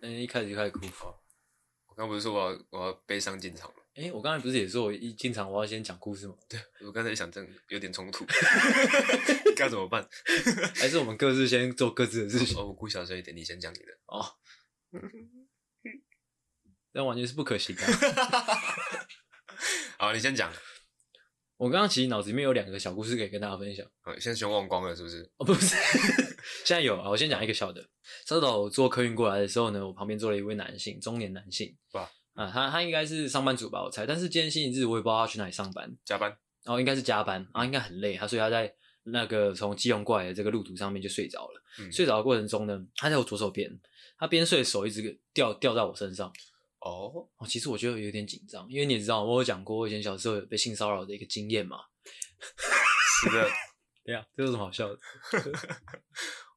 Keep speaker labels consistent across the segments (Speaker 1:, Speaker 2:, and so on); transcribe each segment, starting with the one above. Speaker 1: 嗯，一开始就开始哭哦。
Speaker 2: 我刚不是说我要我要悲伤进场吗？
Speaker 1: 哎、我刚才不是也说我一进场我要先讲故事吗？
Speaker 2: 我刚才想这样有点冲 突，该怎么办？
Speaker 1: 还是我们各自先做各自的事情？
Speaker 2: 哦，我估小声一点，你先讲你的。
Speaker 1: 哦，那完全是不可行的、啊
Speaker 2: 好，你先讲。
Speaker 1: 我刚刚其实脑子里面有两个小故事可以跟大家分享。
Speaker 2: 好，现在全忘光了是不是？
Speaker 1: 哦，不是， 现在有啊，我先讲一个小的。稍早我坐客运过来的时候呢，我旁边坐了一位男性，中年男性。
Speaker 2: 哇
Speaker 1: 啊，他他应该是上班族吧，我猜。但是今天星期日，我也不知道他去哪里上班，
Speaker 2: 加班
Speaker 1: 然后应该是加班啊，应该很累，他所以他在那个从基隆过来的这个路途上面就睡着了。
Speaker 2: 嗯
Speaker 1: 睡着的过程中呢，他在我左手边，他边睡手一直掉掉在我身上。
Speaker 2: 哦，
Speaker 1: 哦，其实我觉得有点紧张，因为你也知道，我有讲过我以前小时候有被性骚扰的一个经验嘛。
Speaker 2: 是的。
Speaker 1: 对啊，这有什么好笑的？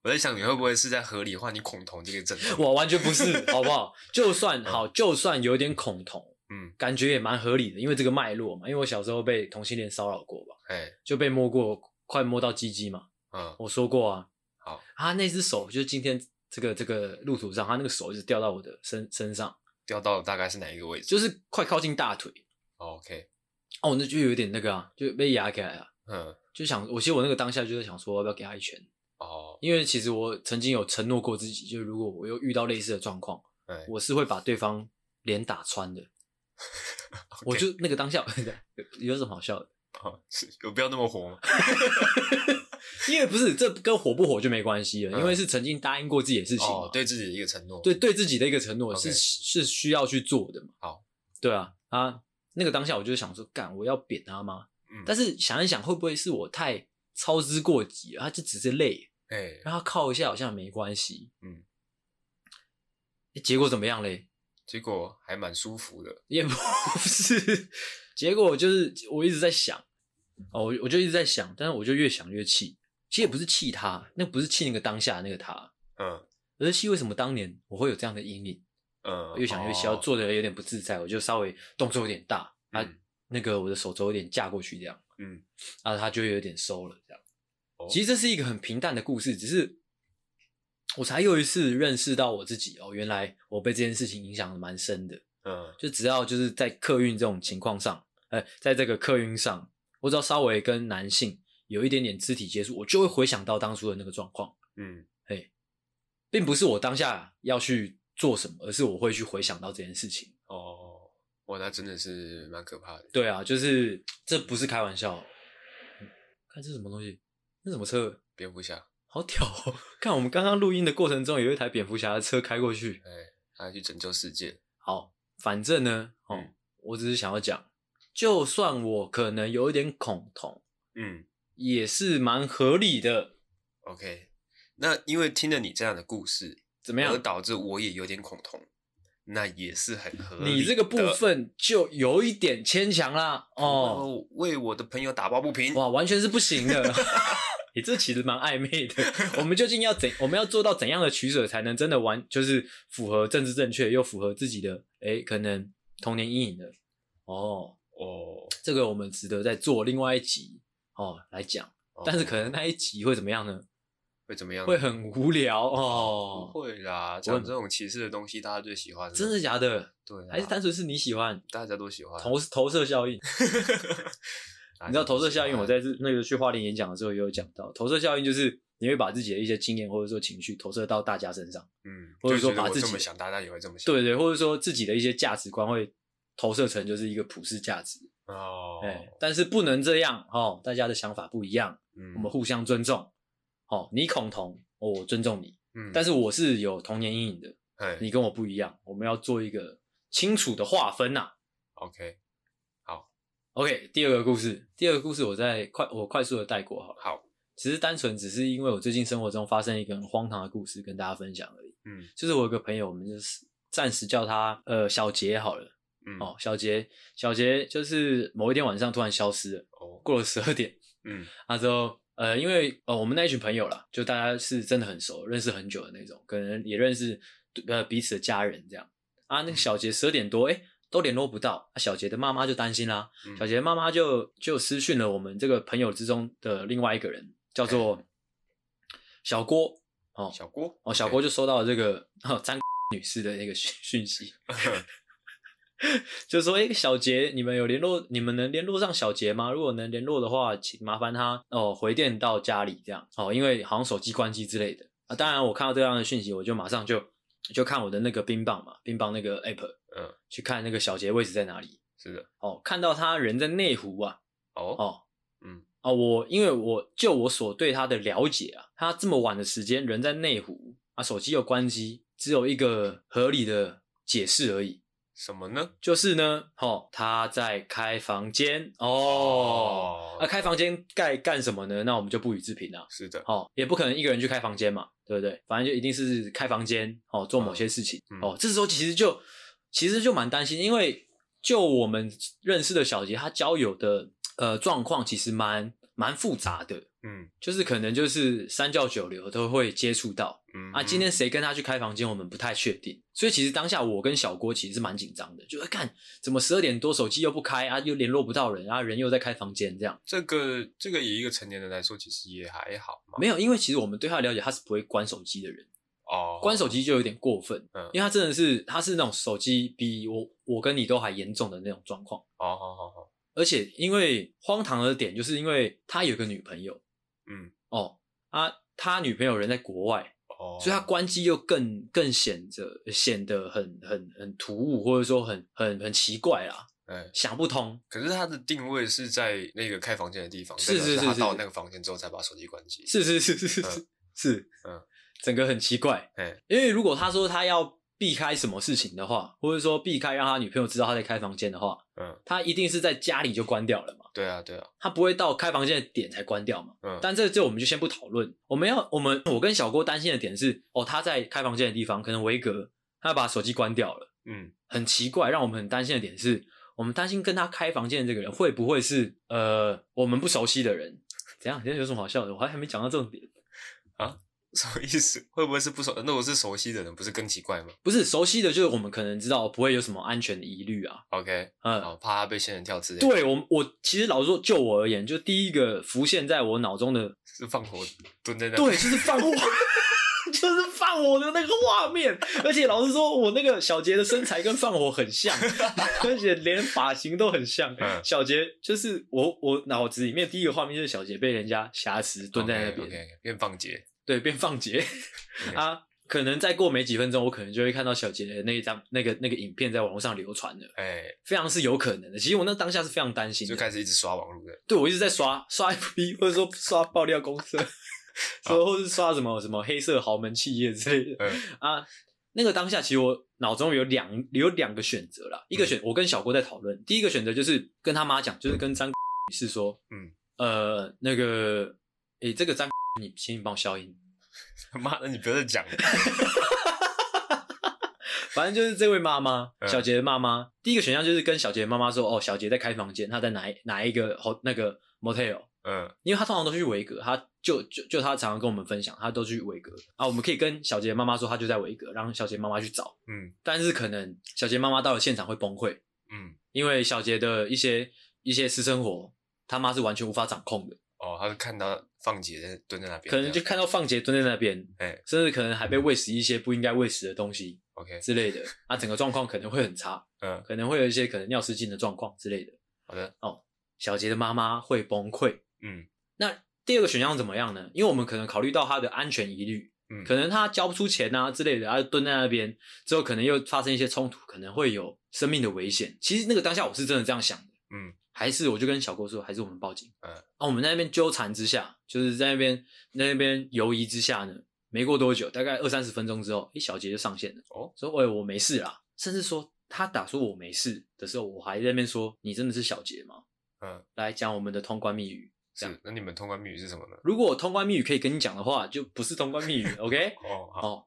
Speaker 2: 我在想你会不会是在合理化你恐同这个症状？
Speaker 1: 我完全不是，好不好？就算好，就算有点恐同，
Speaker 2: 嗯，
Speaker 1: 感觉也蛮合理的，因为这个脉络嘛。因为我小时候被同性恋骚扰过吧，
Speaker 2: 哎，
Speaker 1: 就被摸过，快摸到鸡鸡嘛。
Speaker 2: 嗯，
Speaker 1: 我说过啊，
Speaker 2: 好，
Speaker 1: 他那只手就是今天这个这个路途上，他那个手一直掉到我的身身上，
Speaker 2: 掉到大概是哪一个位置
Speaker 1: 就是快靠近大腿。
Speaker 2: 哦？OK，
Speaker 1: 哦，那就有点那个啊，就被压起来啊，
Speaker 2: 嗯，
Speaker 1: 就想，我其实我那个当下就在想说，要不要给他一拳？
Speaker 2: 哦，
Speaker 1: 因为其实我曾经有承诺过自己，就是如果我又遇到类似的状况，
Speaker 2: 哎，
Speaker 1: 我是会把对方脸打 穿的。我就那个当下 有什么好笑的？
Speaker 2: 哦 是有必要那么火吗？
Speaker 1: 因为不是这跟火不火就没关系了，
Speaker 2: 嗯
Speaker 1: 因为是曾经答应过自己的事情嘛，
Speaker 2: 哦，对自己的一个承诺。
Speaker 1: 对对自己的一个承诺
Speaker 2: OK
Speaker 1: 是是需要去做的嘛。
Speaker 2: 好，
Speaker 1: 对啊啊，那个当下我就想说，干我要扁他吗？
Speaker 2: 嗯
Speaker 1: 但是想一想，会不会是我太操之过急了？他就只是累，
Speaker 2: 哎，
Speaker 1: 让他靠一下好像没关系。
Speaker 2: 嗯
Speaker 1: 诶，结果怎么样嘞？
Speaker 2: 结果还蛮舒服的。
Speaker 1: 也不是。结果就是我一直在想，哦，我我就一直在想，但是我就越想越气。其实也不是气他，那不是气那个当下那个他，
Speaker 2: 嗯
Speaker 1: 而是气为什么当年我会有这样的阴影，
Speaker 2: 嗯，
Speaker 1: 越想越消，
Speaker 2: 哦
Speaker 1: 做的有点不自在，我就稍微动作有点大，啊，
Speaker 2: 嗯
Speaker 1: 那个我的手肘有点架过去这样，
Speaker 2: 嗯，
Speaker 1: 啊，他就有点收了这样。
Speaker 2: 哦
Speaker 1: 其实这是一个很平淡的故事，只是我才又一次认识到我自己哦，原来我被这件事情影响的蛮深的。
Speaker 2: 嗯
Speaker 1: 就只要就是在客运这种情况上，呃，在这个客运上，我只要稍微跟男性有一点点肢体接触，我就会回想到当初的那个状况，
Speaker 2: 嗯，
Speaker 1: 并不是我当下要去做什么，而是我会去回想到这件事情。
Speaker 2: 哦，哇，那真的是蛮可怕的。
Speaker 1: 对啊，就是这不是开玩笑。嗯看这是什么东西？那什么车？
Speaker 2: 蝙蝠侠，
Speaker 1: 好屌、哦！ 看我们刚刚录音的过程中，有一台蝙蝠侠的车开过去。
Speaker 2: 哎，他去拯救世界。
Speaker 1: 好，反正呢，哦，
Speaker 2: 嗯
Speaker 1: 我只是想要讲，就算我可能有一点恐同，
Speaker 2: 嗯
Speaker 1: 也是蛮合理的。
Speaker 2: ，OK。那因为听了你这样的故事，
Speaker 1: 怎么样
Speaker 2: 而？导致我也有点恐同，那也是很合理的。
Speaker 1: 你这个部分就有一点牵强啦，哦，
Speaker 2: 哦，为我的朋友打抱不平。
Speaker 1: 哇，完全是不行的。 你这其实蛮暧昧的。我们究竟要怎？我们要做到怎样的取舍，才能真的完，就是符合政治正确，又符合自己的，诶，可能童年阴影的。哦，
Speaker 2: 哦，
Speaker 1: 这个我们值得再做另外一集哦来讲。
Speaker 2: 哦
Speaker 1: 但是可能那一集会怎么样呢？
Speaker 2: 会怎么样呢？
Speaker 1: 会很无聊
Speaker 2: 不
Speaker 1: 哦。
Speaker 2: 会啦，讲这种歧视的东西，大家最喜欢。
Speaker 1: 真的？假的？
Speaker 2: 对啊，
Speaker 1: 还是单纯是你喜欢
Speaker 2: 大家都喜欢。
Speaker 1: 投投射效应？你知道投射效应，我
Speaker 2: 在
Speaker 1: 在那个去花莲演讲的时候也有讲到，投射效应就是你会把自己的一些经验或者说情绪投射到大家身上，
Speaker 2: 嗯，
Speaker 1: 或者说
Speaker 2: 就觉得
Speaker 1: 把
Speaker 2: 我
Speaker 1: 自己
Speaker 2: 这么想，大家也会这么想。
Speaker 1: 对对，或者说自己的一些价值观会投射成就是一个普世价值，
Speaker 2: 哦，
Speaker 1: 哎、但是不能这样哦，大家的想法不一样，
Speaker 2: 嗯
Speaker 1: 我们互相尊重，哦，你恐同，哦我尊重你，
Speaker 2: 嗯，
Speaker 1: 但是我是有童年阴影的，
Speaker 2: 哎
Speaker 1: 你跟我不一样，我们要做一个清楚的划分呐、
Speaker 2: ，OK，
Speaker 1: OK，第二个故事，第二个故事我在快我快速的带过好了。
Speaker 2: 好，
Speaker 1: 只是单纯只是因为我最近生活中发生一个很荒唐的故事跟大家分享而已。
Speaker 2: 嗯
Speaker 1: 就是我有个朋友，我们就是暂时叫他呃小杰好了。
Speaker 2: 嗯，
Speaker 1: 哦，小杰，小杰就是某一天晚上突然消失了，
Speaker 2: 哦，
Speaker 1: 过了十二点，
Speaker 2: 嗯
Speaker 1: 啊之后呃，因为呃我们那一群朋友啦，就大家是真的很熟，认识很久的那种，可能也认识呃彼此的家人这样。啊，
Speaker 2: 嗯
Speaker 1: 那个小杰十二点多，哎、都联络不到，啊、小杰的妈妈就担心啦，
Speaker 2: 嗯
Speaker 1: 小杰妈妈就就私讯了我们这个朋友之中的另外一个人，叫做小郭哦
Speaker 2: 小郭
Speaker 1: 哦，小郭就收到了这个哦张女士的那个讯讯息，就说：“哎、小杰，你们有联络，你们能联络上小杰吗？如果能联络的话，请麻烦他哦回电到家里这样哦，因为好像手机关机之类的啊。当然，我看到这样的讯息，我就马上就就看我的那个冰棒嘛，冰棒那个 app，
Speaker 2: 嗯，
Speaker 1: 去看那个小杰位置在哪里。
Speaker 2: 是的，
Speaker 1: 哦，看到他人在内湖啊，
Speaker 2: 哦，
Speaker 1: 哦，
Speaker 2: 嗯，
Speaker 1: 啊，我因为我就我所对他的了解啊，他这么晚的时间人在内湖啊，手机又关机，只有一个合理的解释而已，
Speaker 2: 什么呢？
Speaker 1: 就是呢，哦，他在开房间哦，啊，开房间干干什么呢？那我们就不予置评了。
Speaker 2: 是的，
Speaker 1: 哦，也不可能一个人去开房间嘛，对不对？反正就一定是开房间哦，做某些事情、
Speaker 2: 嗯嗯
Speaker 1: 哦。这时候其实就其实就蛮担心，因为就我们认识的小杰，他交友的呃状况其实蛮蛮复杂的，
Speaker 2: 嗯
Speaker 1: 就是可能就是三教九流都会接触到
Speaker 2: 嗯
Speaker 1: 啊。今天谁跟他去开房间，我们不太确定，所以其实当下我跟小郭其实是蛮紧张的，就是看怎么十二点多手机又不开啊，又联络不到人啊，人又在开房间这样。
Speaker 2: 这个这个以一个成年人来说，其实也还好嘛。
Speaker 1: 没有，因为其实我们对他的了解，他是不会关手机的人。
Speaker 2: 哦，
Speaker 1: 关手机就有点过分，
Speaker 2: 嗯
Speaker 1: 因为他真的是他是那种手机比我我跟你都还严重的那种状况，
Speaker 2: 哦，好好好，
Speaker 1: 而且因为荒唐的点，就是因为他有个女朋友
Speaker 2: 嗯，
Speaker 1: 哦啊，他女朋友人在国外，
Speaker 2: 哦，
Speaker 1: 所以他关机又更更显着显得很很很突兀，或者说很很很奇怪啦，
Speaker 2: 哎，
Speaker 1: 想不通。
Speaker 2: 可是他的定位是在那个开房间的地方，
Speaker 1: 是
Speaker 2: 代表
Speaker 1: 是是
Speaker 2: 他
Speaker 1: 是
Speaker 2: 到那个房间之后才把手机关机。
Speaker 1: 是是是是是是
Speaker 2: 嗯
Speaker 1: 是，
Speaker 2: 嗯，
Speaker 1: 整个很奇怪。
Speaker 2: 哎，
Speaker 1: 因为如果他说他要避开什么事情的话，或者说避开让他女朋友知道他在开房间的话，
Speaker 2: 嗯，
Speaker 1: 他一定是在家里就关掉了嘛，
Speaker 2: 对啊，对啊，
Speaker 1: 他不会到开房间的点才关掉嘛。
Speaker 2: 嗯，
Speaker 1: 但这这我们就先不讨论。我们要我们我跟小郭担心的点是，哦，他在开房间的地方可能维格他把手机关掉了，
Speaker 2: 嗯，
Speaker 1: 很奇怪。让我们很担心的点是，我们担心跟他开房间的这个人会不会是呃我们不熟悉的人？怎样？现在有什么好笑的？我还还没讲到重点。
Speaker 2: 什么意思？ 会不会是不熟？那我是熟悉的人，不是更奇怪吗
Speaker 1: 不是熟悉的，就是我们可能知道不会有什么安全的疑虑啊。
Speaker 2: ？OK，
Speaker 1: 嗯，
Speaker 2: 哦，怕他被仙人跳之类的，
Speaker 1: 对我我其实老实说，就我而言，就第一个浮现在我脑中的
Speaker 2: 是放火蹲在那。
Speaker 1: 对，就是放 我，就是放火的那个画面。而且老实说，我那个小杰的身材跟放火很像， 而且连发型都很像。
Speaker 2: 嗯
Speaker 1: 小杰就是我，我脑子里面第一个画面就是小杰被人家挟持蹲在那边
Speaker 2: o k 变棒姐。
Speaker 1: 对，变放杰
Speaker 2: OK
Speaker 1: 啊。可能再过没几分钟，我可能就会看到小杰的那一张、那个、那个影片在网络上流传了，
Speaker 2: 哎，
Speaker 1: 非常是有可能的。其实我那当下是非常担心
Speaker 2: 就
Speaker 1: 的，
Speaker 2: 开始一直刷网络的，
Speaker 1: 对我一直在刷刷 FB，或者说刷爆料公社， 说或是刷什么什么黑色豪门企业之类的
Speaker 2: 嗯
Speaker 1: 啊。那个当下，其实我脑中有两有两个选择啦，
Speaker 2: 嗯
Speaker 1: 一个选我跟小郭在讨论，第一个选择就是跟他妈讲，就是跟张女士说，
Speaker 2: 嗯，
Speaker 1: 呃，那个，诶、这个张你请你帮我消音，
Speaker 2: 妈的，你不要再讲了。
Speaker 1: 反正就是这位妈妈，
Speaker 2: 嗯
Speaker 1: 小杰的妈妈，第一个选项就是跟小杰的妈妈说，哦，小杰在开房间，他在哪一哪一个 ho- 那个 motel，
Speaker 2: 嗯，
Speaker 1: 因为他通常都去维格，他就就就他常常跟我们分享，他都去维格啊。我们可以跟小杰妈妈说，他就在维格，让小杰妈妈去找。
Speaker 2: 嗯
Speaker 1: 但是可能小杰妈妈到了现场会崩溃，
Speaker 2: 嗯，
Speaker 1: 因为小杰的一些一些私生活，他妈是完全无法掌控的。
Speaker 2: 哦，他就看到放姐在蹲在那边，
Speaker 1: 可能就
Speaker 2: 这样
Speaker 1: 看到放杰蹲在那边，
Speaker 2: 哎
Speaker 1: 甚至可能还被喂食一些不应该喂食的东西
Speaker 2: OK，
Speaker 1: 之类的。啊，整个状况可能会很差，
Speaker 2: 嗯，
Speaker 1: 可能会有一些可能尿失禁的状况之类的。
Speaker 2: 好的，
Speaker 1: 小杰的妈妈会崩溃。
Speaker 2: 嗯
Speaker 1: 那第二个选项怎么样呢？因为我们可能考虑到他的安全疑虑，
Speaker 2: 嗯，
Speaker 1: 可能他交不出钱啊之类的，他就蹲在那边之后，可能又发生一些冲突，可能会有生命的危险。其实那个当下我是真的这样想的，
Speaker 2: 嗯，
Speaker 1: 还是我就跟小郭说，还是我们报警。
Speaker 2: 嗯
Speaker 1: 啊，我们在那边纠缠之下，就是在那边那边犹疑之下呢，没过多久，大概二三十分钟之后，一小杰就上线了，
Speaker 2: 哦，
Speaker 1: 说：“喂、我没事啦。”甚至说他打说我没事的时候，我还在那边说：“你真的是小杰吗？”
Speaker 2: 嗯，
Speaker 1: 来讲我们的通关密语。这
Speaker 2: 是。那你们通关密语是什么呢？
Speaker 1: 如果我通关密语可以跟你讲的话，就不是通关 密语，OK？
Speaker 2: 哦，好，
Speaker 1: 哦，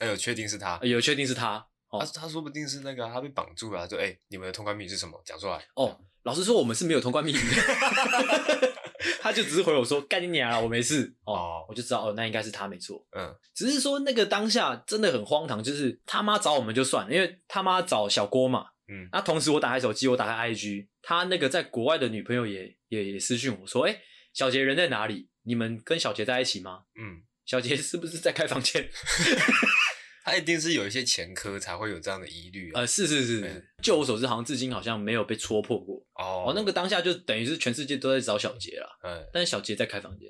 Speaker 2: 那有确定是他？
Speaker 1: 有确定是他哦
Speaker 2: 他他说不定是那个啊他被绑住了啊，就哎，你们的通关密语是什么？讲出来。
Speaker 1: 哦。老实说，我们是没有通关密语 的，他就只是回我说：“干你娘啊，我没事。”哦
Speaker 2: 哦，
Speaker 1: 我就知道哦，那应该是他没错。
Speaker 2: 嗯
Speaker 1: 只是说那个当下真的很荒唐，就是他妈找我们就算了，因为他妈找小郭嘛。
Speaker 2: 嗯
Speaker 1: 那、同时我打开手机，我打开 IG，他那个在国外的女朋友也也也私讯我说：“哎、小杰人在哪里？你们跟小杰在一起吗？”
Speaker 2: 嗯，
Speaker 1: 小杰是不是在开房间？
Speaker 2: 他一定是有一些前科才会有这样的疑虑啊。
Speaker 1: 呃，是是是是，就我所知，好像至今好像没有被戳破过。哦，那个当下就等于是全世界都在找小杰啦，
Speaker 2: 嗯，
Speaker 1: 但是小杰在开 房间。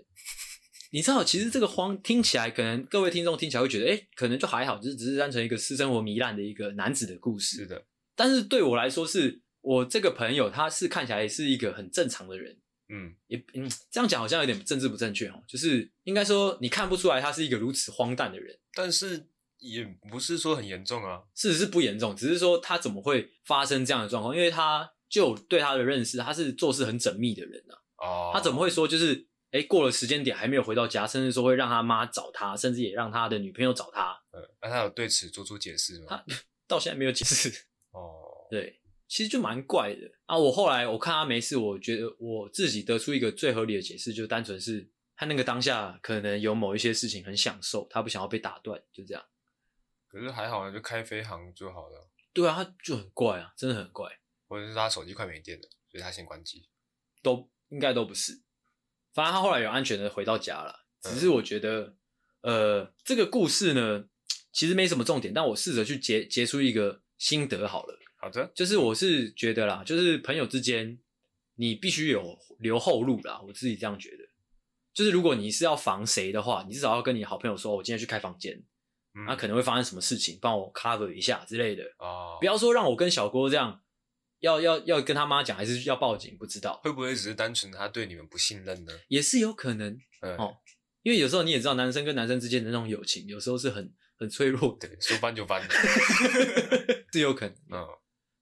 Speaker 1: 你知道，其实这个荒听起来，可能各位听众听起来会觉得，哎、可能就还好，就是只是单纯一个私生活糜烂的一个男子的故事
Speaker 2: 是。的，
Speaker 1: 但是对我来说是，我这个朋友他是看起来是一个很正常的人，
Speaker 2: 嗯，
Speaker 1: 也嗯，这样讲好像有点政治不正确哦，就是应该说你看不出来他是一个如此荒诞的人，
Speaker 2: 但是也不是说很严重啊。
Speaker 1: 事实是不严重，只是说他怎么会发生这样的状况？因为他就我对他的认识，他是做事很缜密的人啊，
Speaker 2: 哦，
Speaker 1: 他怎么会说就是哎、诶过了时间点还没有回到家，甚至说会让他妈找他，甚至也让他的女朋友找他，
Speaker 2: 嗯？那、他有对此做出解释吗？
Speaker 1: 到现在没有解释。
Speaker 2: 哦，
Speaker 1: 对，其实就蛮怪的啊。我后来我看他没事，我觉得我自己得出一个最合理的解释，就单纯是他那个当下可能有某一些事情很享受，他不想要被打断，就这样。
Speaker 2: 可是还好啊，就开飞航就好了，
Speaker 1: 对啊，他就很怪啊，真的很怪，
Speaker 2: 或者是他手机快没电了，所以他先关机。
Speaker 1: 都应该都不是。反正他后来有安全的回到家了，只是我觉得，呃，这个故事呢，其实没什么重点，但我试着去结结出一个心得好了。
Speaker 2: 好的，
Speaker 1: 就是我是觉得啦，就是朋友之间，你必须有留后路啦，我自己这样觉得。就是如果你是要防谁的话，你至少要跟你好朋友说，哦我今天去开房间，
Speaker 2: 嗯，
Speaker 1: 那、可能会发生什么事情，帮我 cover 一下之类的。
Speaker 2: 哦，
Speaker 1: 不要说让我跟小郭这样，要要要跟他妈讲，还是要报警，不知道，
Speaker 2: 会不会只是单纯他对你们不信任呢？
Speaker 1: 也是有可能。
Speaker 2: 嗯，
Speaker 1: 哦因为有时候你也知道，男生跟男生之间的那种友情，有时候是很很脆弱的，
Speaker 2: 对，说搬就 搬。
Speaker 1: 是有可能。
Speaker 2: 嗯，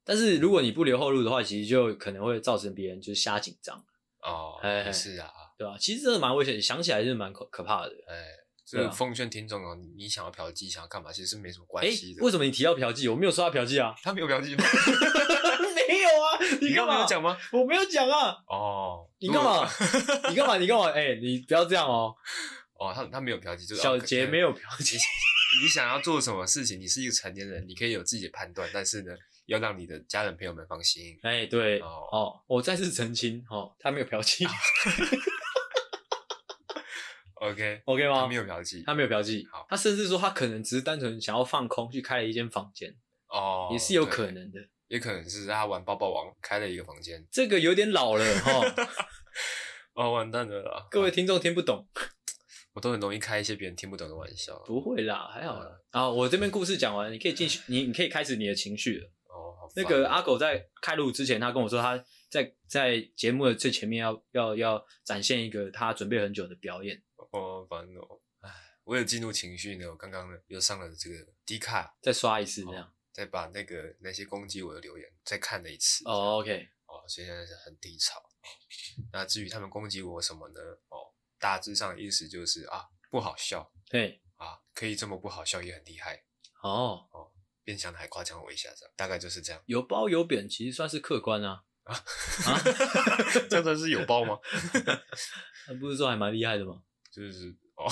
Speaker 1: 但是如果你不留后路的话，其实就可能会造成别人就是瞎紧张。
Speaker 2: 哦，
Speaker 1: 哎
Speaker 2: 也是啊，
Speaker 1: 对吧、其实真的蛮危险，想起来是蛮可可怕的。
Speaker 2: 哎，
Speaker 1: 对
Speaker 2: 这
Speaker 1: 啊
Speaker 2: 奉劝听众哦，你你想要嫖妓，想要干嘛，其实是没什么关
Speaker 1: 哎、
Speaker 2: 系的。
Speaker 1: 为什么你提到嫖妓？我没有说他嫖妓 啊，
Speaker 2: 他没有嫖妓吗？
Speaker 1: 没有啊， 你
Speaker 2: 刚刚
Speaker 1: 干
Speaker 2: 没
Speaker 1: 嘛
Speaker 2: 有？讲吗？
Speaker 1: 我没有讲啊，
Speaker 2: 哦，
Speaker 1: 你干嘛
Speaker 2: 如果？
Speaker 1: 你干嘛？你干嘛？哎、你不要这样哦、
Speaker 2: 哦，他他没有嫖妓，就是哦呃
Speaker 1: 小杰没
Speaker 2: 有。
Speaker 1: 有嫖妓，
Speaker 2: 你想要做什么事情，你是一个成年人，你可以有自己的判断，但是呢，要让你的家人朋友们放心。
Speaker 1: 哎、对哦
Speaker 2: 哦，啊
Speaker 1: 我再次澄清哦，他没有嫖妓
Speaker 2: OK，
Speaker 1: ，OK
Speaker 2: 他
Speaker 1: 吗
Speaker 2: 没？有嫖妓，
Speaker 1: 啊他没有嫖妓
Speaker 2: 好，
Speaker 1: 他甚至说他可能只是单纯想要放空，去开了一间房间，
Speaker 2: 哦，
Speaker 1: 也是有可
Speaker 2: 对，
Speaker 1: 能的。
Speaker 2: 也可能是他玩抱抱王开了一个房间。
Speaker 1: 这个有点老了哈，
Speaker 2: 哦，完蛋了啦！
Speaker 1: 各位
Speaker 2: 啊
Speaker 1: 听众听不懂，
Speaker 2: 我都很容易开一些别人听不懂的玩笑。
Speaker 1: 不会啦，还好
Speaker 2: 嗯
Speaker 1: 啦。啊，我这边故事讲完，你可以进去，你你可以开始你的情绪了。
Speaker 2: 哦，好烦
Speaker 1: 那个阿啊狗在开录之前，他跟我说他在在节目的最前面要要要展现一个他准备很久的表演，
Speaker 2: 哦，烦哦！唉，我有进入情绪呢，我刚刚呢又上了这个迪卡，
Speaker 1: 再刷一次这样。
Speaker 2: 再把那个那些攻击我的留言再看了一次。
Speaker 1: 哦，OK，
Speaker 2: 哦，所以现在是很低潮。那至于他们攻击我什么呢？哦，大致上的意思就是啊，不好笑
Speaker 1: 对，
Speaker 2: 啊，可以这么不好笑也很厉害，
Speaker 1: 哦，。
Speaker 2: 变相的还夸奖我一下，这样大概就是这样
Speaker 1: 有褒有贬，其实算是客观啊。
Speaker 2: 这样算是有报吗？
Speaker 1: 他不是说还蛮厉害的吗？
Speaker 2: 就是哦，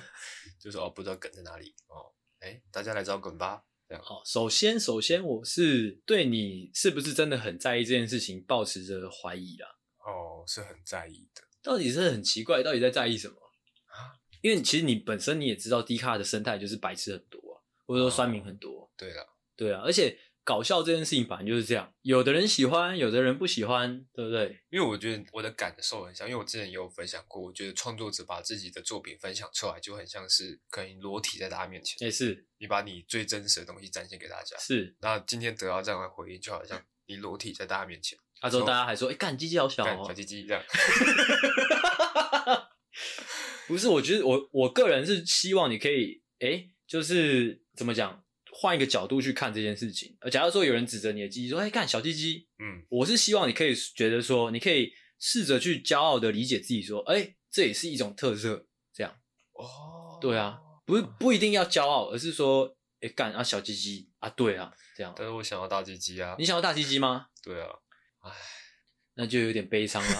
Speaker 2: 就是哦，不知道梗在哪里哦。哎，大家来找梗吧。
Speaker 1: 好，哦首先首先我是对你是不是真的很在意这件事情抱持着怀疑啦，
Speaker 2: 哦，是很在意的。
Speaker 1: 到底是很奇怪，到底在在意什么？啊因为其实你本身你也知道，低卡的生态就是白痴很多啊，或者说酸民很多啊、
Speaker 2: 对了，
Speaker 1: 对啊，而且搞笑这件事情本来就是这样，有的人喜欢，有的人不喜欢，对不对？
Speaker 2: 因为我觉得我的感受很像，因为我之前也有分享过，我觉得创作者把自己的作品分享出来，就很像是可能裸体在大家面前，
Speaker 1: 也是
Speaker 2: 你把你最真实的东西展现给大家。
Speaker 1: 是，
Speaker 2: 那今天得到这样的回应，就好像你裸体在大家面前，
Speaker 1: 那时候大家还说，哎、干鸡鸡好小
Speaker 2: 干小
Speaker 1: 哦。
Speaker 2: 鸡鸡这样。
Speaker 1: 不是，我觉得我我个人是希望你可以，哎，就是怎么讲，换一个角度去看这件事情。呃假如说有人指着你的鸡鸡说，哎，干小鸡鸡，
Speaker 2: 嗯，
Speaker 1: 我是希望你可以觉得说，你可以试着去骄傲的理解自己，说，哎，这也是一种特色，这样。
Speaker 2: 哦，
Speaker 1: 对啊。不是不一定要骄傲，而是说，哎、干啊小鸡鸡啊，对啊，这样。
Speaker 2: 但是我想要大鸡鸡啊
Speaker 1: 你。想要大鸡鸡吗？
Speaker 2: 对啊，
Speaker 1: 那就有点悲伤了。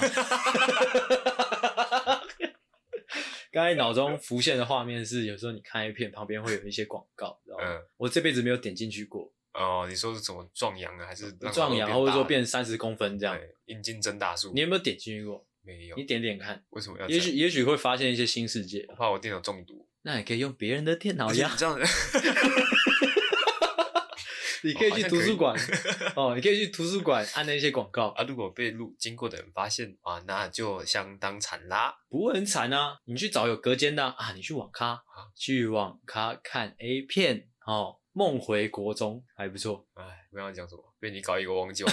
Speaker 1: 刚才脑中浮现的画面是，有时候你看 A 片旁边会有一些广告，知道吗？
Speaker 2: 嗯，
Speaker 1: 我这辈子没有点进去过，
Speaker 2: 哦，你说是怎么壮阳啊，还是让它
Speaker 1: 壮阳
Speaker 2: 变
Speaker 1: 或者说
Speaker 2: 大
Speaker 1: 变三十公分这样，
Speaker 2: 对阴茎增大术？
Speaker 1: 你有没有点进去过？
Speaker 2: 没有
Speaker 1: 你？点点看，
Speaker 2: 为什么要这
Speaker 1: 也
Speaker 2: 样？
Speaker 1: 许也许会发现一些新世界。
Speaker 2: 我怕我电脑中毒。
Speaker 1: 那也可以用别人的电脑
Speaker 2: 而且
Speaker 1: 呀
Speaker 2: 你，这样子，
Speaker 1: 你可以
Speaker 2: 哦好
Speaker 1: 去
Speaker 2: 像
Speaker 1: 图
Speaker 2: 可以
Speaker 1: 书馆 哦，你可以去图书馆按那些广告，
Speaker 2: 啊，如果被路经过的人发现啊，那就相当惨啦。
Speaker 1: 不会很惨啊。你去找有隔间的啊，啊你去网咖，去网咖看 A 片哦，梦回国中还不错。
Speaker 2: 哎，不要讲什么，被你搞一个忘记 我。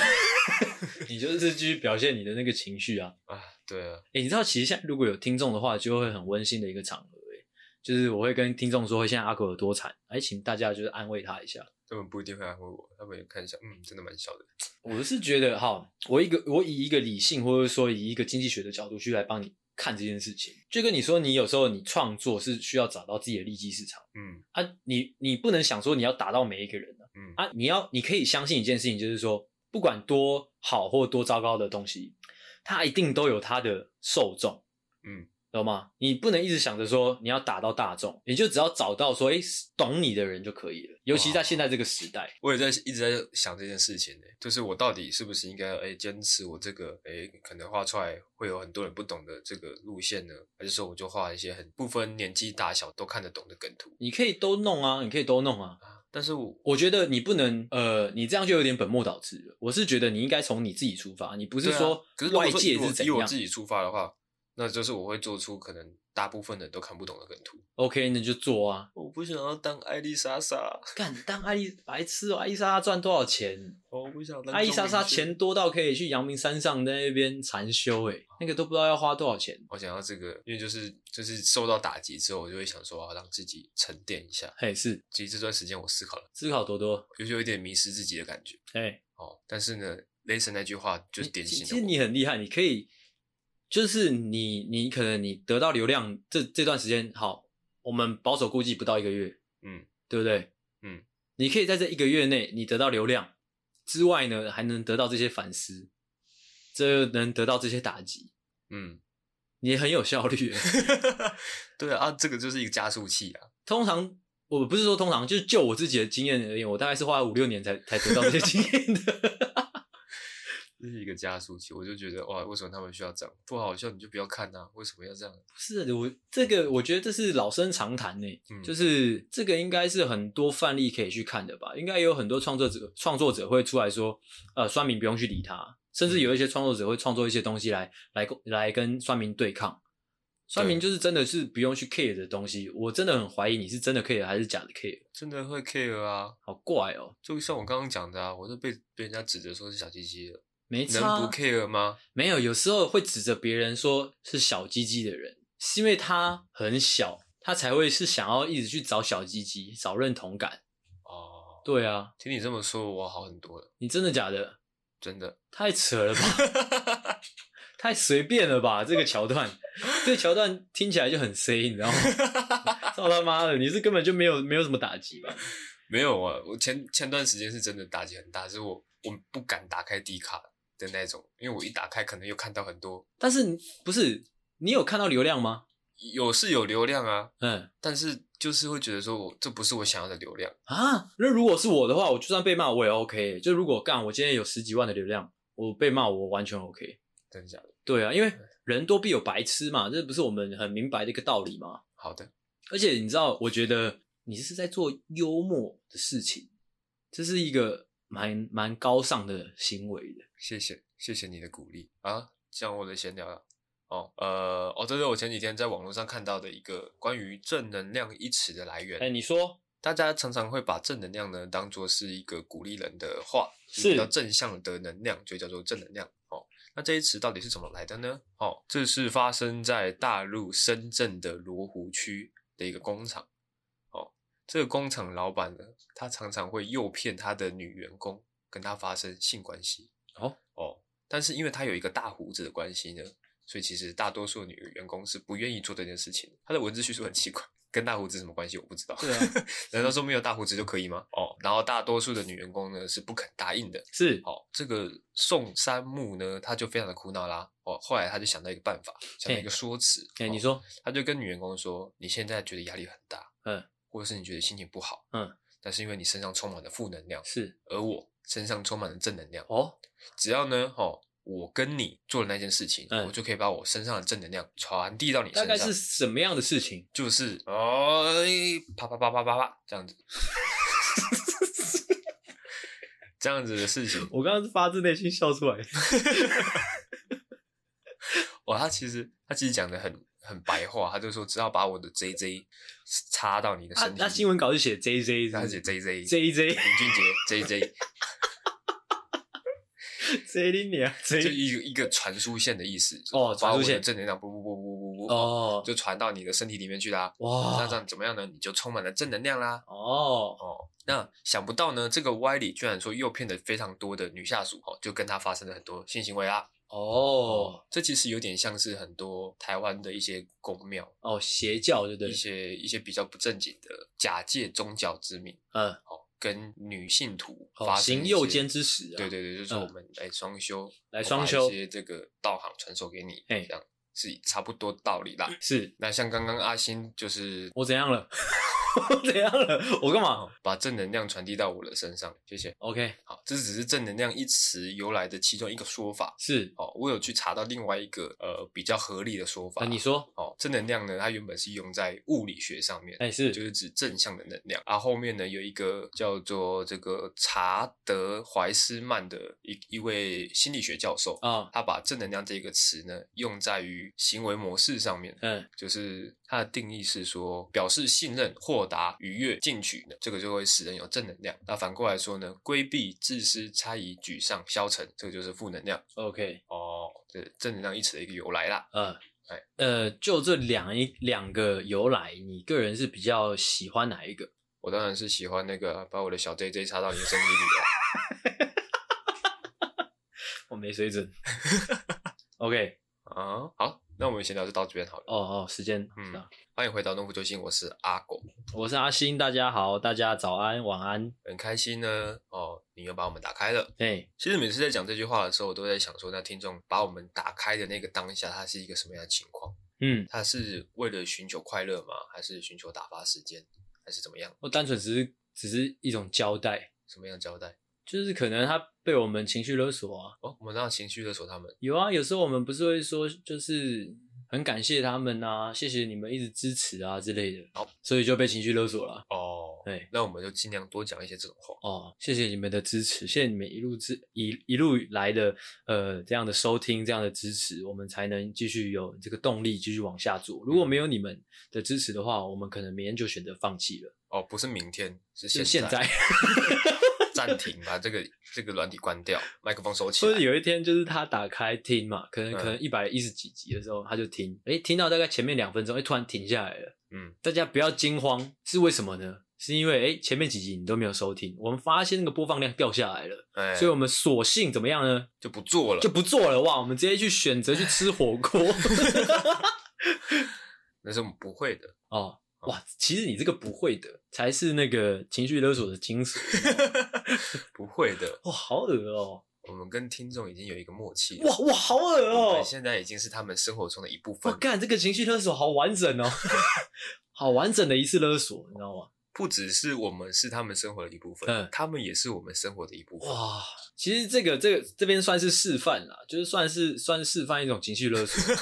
Speaker 1: 你就是继续表现你的那个情绪啊。
Speaker 2: 啊，对啊，
Speaker 1: 哎、你知道其实现在如果有听众的话，就会很温馨的一个场合、欸，就是我会跟听众说，现在阿狗有多惨，哎，请大家就是安慰他一下。
Speaker 2: 他们不一定会安慰我，他们也看一下，嗯，真的蛮小的。
Speaker 1: 我是觉得哈，我一个我以一个理性或者说以一个经济学的角度去来帮你看这件事情，就跟你说，你有时候你创作是需要找到自己的利基市场
Speaker 2: 嗯
Speaker 1: 啊，你你不能想说你要打到每一个人啊，
Speaker 2: 嗯
Speaker 1: 啊，你要你可以相信一件事情，就是说，不管多好或多糟糕的东西，它一定都有它的受众，
Speaker 2: 嗯，
Speaker 1: 懂吗？你不能一直想着说你要打到大众，你就只要找到说，哎、懂你的人就可以了。尤其在现在这个时代，
Speaker 2: 我也在一直在想这件事情呢、就是我到底是不是应该哎坚持我这个哎可能画出来会有很多人不懂的这个路线呢？还是说我就画一些很不分年纪大小都看得懂的梗图？
Speaker 1: 你可以都弄啊，你可以都弄啊。
Speaker 2: 但是我
Speaker 1: 我觉得你不能，呃，你这样就有点本末倒置了。我是觉得你应该从你自己出发，你不
Speaker 2: 不
Speaker 1: 是说
Speaker 2: 啊可是如果
Speaker 1: 外
Speaker 2: 说
Speaker 1: 界
Speaker 2: 以我
Speaker 1: 是怎
Speaker 2: 以我
Speaker 1: 样。
Speaker 2: 自己出发的话，那就是我会做出可能大部分人都看不懂的梗图。
Speaker 1: OK，那就做啊。
Speaker 2: 我不想要当艾丽莎莎，
Speaker 1: 干，当艾丽白痴哦，艾丽莎莎赚多少钱？
Speaker 2: 我不想当
Speaker 1: 艾丽莎
Speaker 2: 钟
Speaker 1: 莎
Speaker 2: 明轩
Speaker 1: 钱，多到可以去阳明山上在那边禅修，哎，那个都不知道要花多少钱。
Speaker 2: 我想要这个，因为就是就是受到打击之后，我就会想说要啊让自己沉淀一下。
Speaker 1: 嘿，是
Speaker 2: 其实这段时间我思考了，
Speaker 1: 思考多多，
Speaker 2: 就是有一点迷失自己的感觉。
Speaker 1: 哎，
Speaker 2: 哦，但是呢，雷神那句话就是典
Speaker 1: 其
Speaker 2: 型
Speaker 1: 其
Speaker 2: 的
Speaker 1: 实
Speaker 2: 我
Speaker 1: 你很厉害，你可以，就是你你可能你得到流量这这段时间，好，我们保守估计不到一个月，
Speaker 2: 嗯，
Speaker 1: 对不对？
Speaker 2: 嗯，
Speaker 1: 你可以在这一个月内，你得到流量之外呢，还能得到这些反思，这又能得到这些打击，
Speaker 2: 嗯，
Speaker 1: 你也很有效率耶。
Speaker 2: 对啊，啊这个就是一个加速器啊。
Speaker 1: 通常我不是说通常，就是就我自己的经验而言，我大概是花了五六年才才得到这些经验的。
Speaker 2: 这是一个加速器，我就觉得哇，为什么他们需要这样？不好笑你就不要看呐、为什么要这样？
Speaker 1: 不是啊我这个，我觉得这是老生常谈呢、
Speaker 2: 嗯
Speaker 1: 就是这个应该是很多范例可以去看的吧，应该有很多创作者创作者会出来说，呃，酸民不用去理他，甚至有一些创作者会创作一些东西来来来跟酸民对抗。酸民就是真的是不用去 care 的东西，我真的很怀疑你是真的 care 还是假的 care，
Speaker 2: 真的会 care 啊？
Speaker 1: 好怪哦、
Speaker 2: 就像我刚刚讲的啊，我都被被人家指责说是小鸡鸡了，
Speaker 1: 没差啊
Speaker 2: 能不 care 吗？
Speaker 1: 没有，有时候会指着别人说是小鸡鸡的人，是因为他很小，他才会是想要一直去找小鸡鸡，找认同感。
Speaker 2: 哦，
Speaker 1: 对啊，
Speaker 2: 听你这么说，我好很多了，
Speaker 1: 你真的假的？
Speaker 2: 真的。
Speaker 1: 太扯了吧，太随便了吧！这个桥段，这个桥段听起来就很 C，你知道吗？ 操他妈的，你是根本就没有没有什么打击吧？
Speaker 2: 没有啊，我前前段时间是真的打击很大，是我我不敢打开 D 卡的那种，因为我一打开可能又看到很多
Speaker 1: 但是你不是你有看到流量吗？
Speaker 2: 有是有流量啊，
Speaker 1: 嗯
Speaker 2: 但是就是会觉得说我这不是我想要的流量，
Speaker 1: 啊，那如果是我的话，我就算被骂我也 OK。就如果干我今天有十几万的流量，我被骂我完全 OK。
Speaker 2: 真的假的？
Speaker 1: 对啊，因为人多必有白痴嘛，这不是我们很明白的一个道理吗？
Speaker 2: 好的，
Speaker 1: 而且你知道，我觉得你是在做幽默的事情，这是一个蛮蛮高尚的行为的。
Speaker 2: 谢谢谢谢你的鼓励啊，讲我的闲聊了。哦，呃，哦，这是我前几天在网络上看到的一个关于正能量一词的来源。
Speaker 1: 哎、你说
Speaker 2: 大家常常会把正能量呢当做是一个鼓励人的话，
Speaker 1: 是
Speaker 2: 比较正向的能量，就叫做正能量哦。那这一词到底是怎么来的呢？哦，这是发生在大陆深圳的罗湖区的一个工厂哦。这个工厂老板呢，他常常会诱骗他的女员工跟他发生性关系
Speaker 1: 哦
Speaker 2: 哦，但是因为他有一个大胡子的关系呢，所以其实大多数女员工是不愿意做这件事情的。他的文字叙述很奇怪，跟大胡子什么关系我不知道。
Speaker 1: 对啊
Speaker 2: 难道说没有大胡子就可以吗？哦，然后大多数的女员工呢是不肯答应的。
Speaker 1: 是
Speaker 2: 哦，这个宋山木呢，他就非常的苦恼啦。哦，后来他就想到一个办法，想到一个说辞。
Speaker 1: 哎、
Speaker 2: 哦
Speaker 1: 你说
Speaker 2: 他就跟女员工说：“你现在觉得压力很大，
Speaker 1: 嗯，
Speaker 2: 或者是你觉得心情不好，
Speaker 1: 嗯，
Speaker 2: 但是因为你身上充满了负能量，
Speaker 1: 是
Speaker 2: 而我身上充满了正能量。
Speaker 1: 哦，
Speaker 2: 只要呢，哦，我跟你做的那件事情，
Speaker 1: 嗯
Speaker 2: 我就可以把我身上的正能量传递到你
Speaker 1: 大
Speaker 2: 身
Speaker 1: 概
Speaker 2: 上
Speaker 1: 是，什么样的事情？
Speaker 2: 就是哦，哎啪啪啪啪啪啪这样子，这样子的事情。
Speaker 1: 我刚刚是发自内心笑出来。
Speaker 2: 哇，他其实他其实讲的很很白话，他就说只要把我的 JJ 插到你的
Speaker 1: 啊
Speaker 2: 身，体
Speaker 1: 那新闻稿是写 J J，
Speaker 2: 他写 JJ
Speaker 1: J J
Speaker 2: 林俊杰 JJ，
Speaker 1: J 零年
Speaker 2: 就
Speaker 1: J
Speaker 2: 一个一个传输线的意思。
Speaker 1: 哦
Speaker 2: 把
Speaker 1: 传
Speaker 2: 我
Speaker 1: 输
Speaker 2: 的
Speaker 1: 线
Speaker 2: 正能量不不不不不不
Speaker 1: 哦
Speaker 2: 就传到你的身体里面去啦。那这
Speaker 1: 哇
Speaker 2: 样怎么样呢？你就充满了正能量啦。
Speaker 1: 哦
Speaker 2: 哦，那想不到呢，这个歪理居然说诱骗了非常多的女下属哦，就跟她发生了很多性行为啦。
Speaker 1: 哦
Speaker 2: 这其实有点像是很多台湾的一些公庙，
Speaker 1: 哦，邪教对不对
Speaker 2: 一？些一些比较不正经的假借宗教之名，
Speaker 1: 嗯，
Speaker 2: 哦，跟女信徒
Speaker 1: 哦
Speaker 2: 发生一
Speaker 1: 行
Speaker 2: 些
Speaker 1: 右肩之实啊，
Speaker 2: 对对对，就是说我
Speaker 1: 嗯
Speaker 2: 们来双修，
Speaker 1: 来
Speaker 2: 我把
Speaker 1: 双修
Speaker 2: 一些这个道行传授给你，
Speaker 1: 哎
Speaker 2: 这样是差不多道理啦。
Speaker 1: 是
Speaker 2: 那像刚刚阿星就是
Speaker 1: 我怎样了？ 我怎样了？我干嘛
Speaker 2: 把正能量传递到我的身上，谢谢。
Speaker 1: ？OK，
Speaker 2: 好，这只是正能量一词由来的其中一个说法。
Speaker 1: 是
Speaker 2: 哦，我有去查到另外一个呃比较合理的说法。
Speaker 1: 那哎你说，
Speaker 2: 哦，正能量呢，它原本是用在物理学上面，
Speaker 1: 哎是
Speaker 2: 就是指正向的能量。啊，后面呢有一个叫做这个查德怀斯曼的一一位心理学教授，
Speaker 1: 啊
Speaker 2: 他把正能量这个词呢用在于行为模式上面。
Speaker 1: 嗯
Speaker 2: 就是它的定义是说，表示信任、豁达、愉悦、进取呢，这个就会使人有正能量。那反过来说呢，规避、自私、猜疑、沮丧、消沉，这个就是负能量。
Speaker 1: OK，
Speaker 2: 哦，这正能量一词的一个由来啦。
Speaker 1: 嗯
Speaker 2: 哎。
Speaker 1: 呃，就这两一两个由来，你个人是比较喜欢哪一个？
Speaker 2: 我当然是喜欢那个把我的小 JJ 插到你的身体里啊。
Speaker 1: 我没 水准。OK，
Speaker 2: 啊，好，那我们闲聊就到这边好了。
Speaker 1: 哦哦，时间，
Speaker 2: 嗯
Speaker 1: 嗯，
Speaker 2: 欢迎回到《农夫救星》，我是阿狗，
Speaker 1: 我是阿星，大家好，大家早安、晚安。
Speaker 2: 很开心呢。哦，你又把我们打开了。
Speaker 1: 哎、
Speaker 2: 其实每次在讲这句话的时候，我都在想说，那听众把我们打开的那个当下，它是一个什么样的情况？
Speaker 1: 嗯，
Speaker 2: 他是为了寻求快乐吗？还是寻求打发时间？还是怎么样？
Speaker 1: 我单纯只是只是一种交代，
Speaker 2: 什么样的交代？
Speaker 1: 就是可能他被我们情绪勒索啊。
Speaker 2: 哦，我们让情绪勒索他们。
Speaker 1: 有啊，有时候我们不是会说，就是很感谢他们啊，谢谢你们一直支持啊之类的，
Speaker 2: 好
Speaker 1: 所以就被情绪勒索了。
Speaker 2: 哦，
Speaker 1: 对，
Speaker 2: 那我们就尽量多讲一些这种话。
Speaker 1: 哦，谢谢你们的支持，谢谢你们一路支一一路来的呃这样的收听，这样的支持，我们才能继续有这个动力继续往下做。如果没有你们的支持的话，我们可能明天就选择放弃了，
Speaker 2: 哦，不是明天，是
Speaker 1: 就
Speaker 2: 现
Speaker 1: 现在。
Speaker 2: 暂停，把这个这个软体关掉，麦克风收起
Speaker 1: 或者
Speaker 2: 来。
Speaker 1: 有一天就是他打开听嘛，可
Speaker 2: 嗯
Speaker 1: 能可能一百一十几集的时候他就听，诶，听到大概前面两分钟，诶，突然停下来了。
Speaker 2: 嗯，
Speaker 1: 大家不要惊慌，是为什么呢？是因为诶，前面几集你都没有收听，我们发现那个播放量掉下来了，
Speaker 2: 哎，
Speaker 1: 所以我们索性怎么样呢？
Speaker 2: 就不做了
Speaker 1: 就。不做了哇！我们直接去选择去吃火 锅
Speaker 2: 那是我们不会的。
Speaker 1: 哦。哇，其实你这个不会的，才是那个情绪勒索的精 髓。
Speaker 2: 不会的。
Speaker 1: 哇，好恶哦、
Speaker 2: 我们跟听众已经有一个默契了。
Speaker 1: 哇哇，好恶
Speaker 2: 我
Speaker 1: 哦、
Speaker 2: 们现在已经是他们生活中的一部
Speaker 1: 我
Speaker 2: 分了，
Speaker 1: 干，这个情绪勒索好完整 哦，好完整的一次勒索，你知道吗？
Speaker 2: 不只是我们是他们生活的一部分，
Speaker 1: 嗯
Speaker 2: 他们也是我们生活的一部分。
Speaker 1: 哇，其实这个这个这边算是示范啦，就是算是算是示范一种情绪 勒索。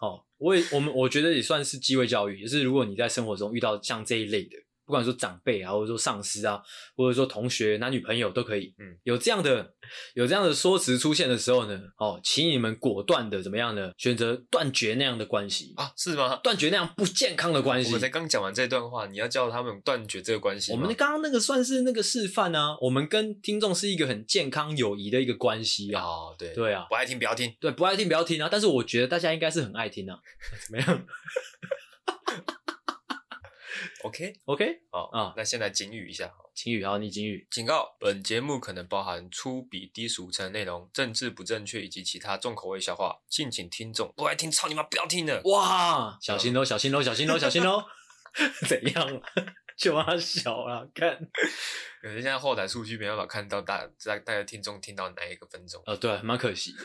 Speaker 1: 哦，我也我们我觉得也算是机会教育，也是如果你在生活中遇到像这一类的，不管说长辈啊，或者说上司啊，或者说同学、男女朋友都可以，
Speaker 2: 嗯，
Speaker 1: 有这样的有这样的说辞出现的时候呢，哦，请你们果断的怎么样呢？选择断绝那样的关系，
Speaker 2: 啊，是吗？
Speaker 1: 断绝那样不健康的关系。
Speaker 2: 我们才刚讲完这段话，你要叫他们断绝这个关系
Speaker 1: 我
Speaker 2: 吗
Speaker 1: 们刚刚那个算是那个示范啊，我们跟听众是一个很健康友谊的一个关系啊。
Speaker 2: 哦，对，
Speaker 1: 对啊，
Speaker 2: 不爱听不要听，
Speaker 1: 对，不爱听不要听啊。但是我觉得大家应该是很爱听啊。 怎么样
Speaker 2: ，OK，
Speaker 1: ？OK，
Speaker 2: 好
Speaker 1: 啊
Speaker 2: 那先来警语一下，
Speaker 1: 晴雨，好，你晴雨。
Speaker 2: 警告：本节目可能包含粗鄙、低俗成人内容、政治不正确以及其他重口味笑话，敬请听众不爱听，操你妈，不要听了。
Speaker 1: 哇，小心喽，哦小心喽，小心喽，小心喽。 怎样？啊 就让他小啊了，看。
Speaker 2: 可是现在后台数据没办法看到大大大家听众听到哪一个分钟，
Speaker 1: 呃，对，蛮可 惜的。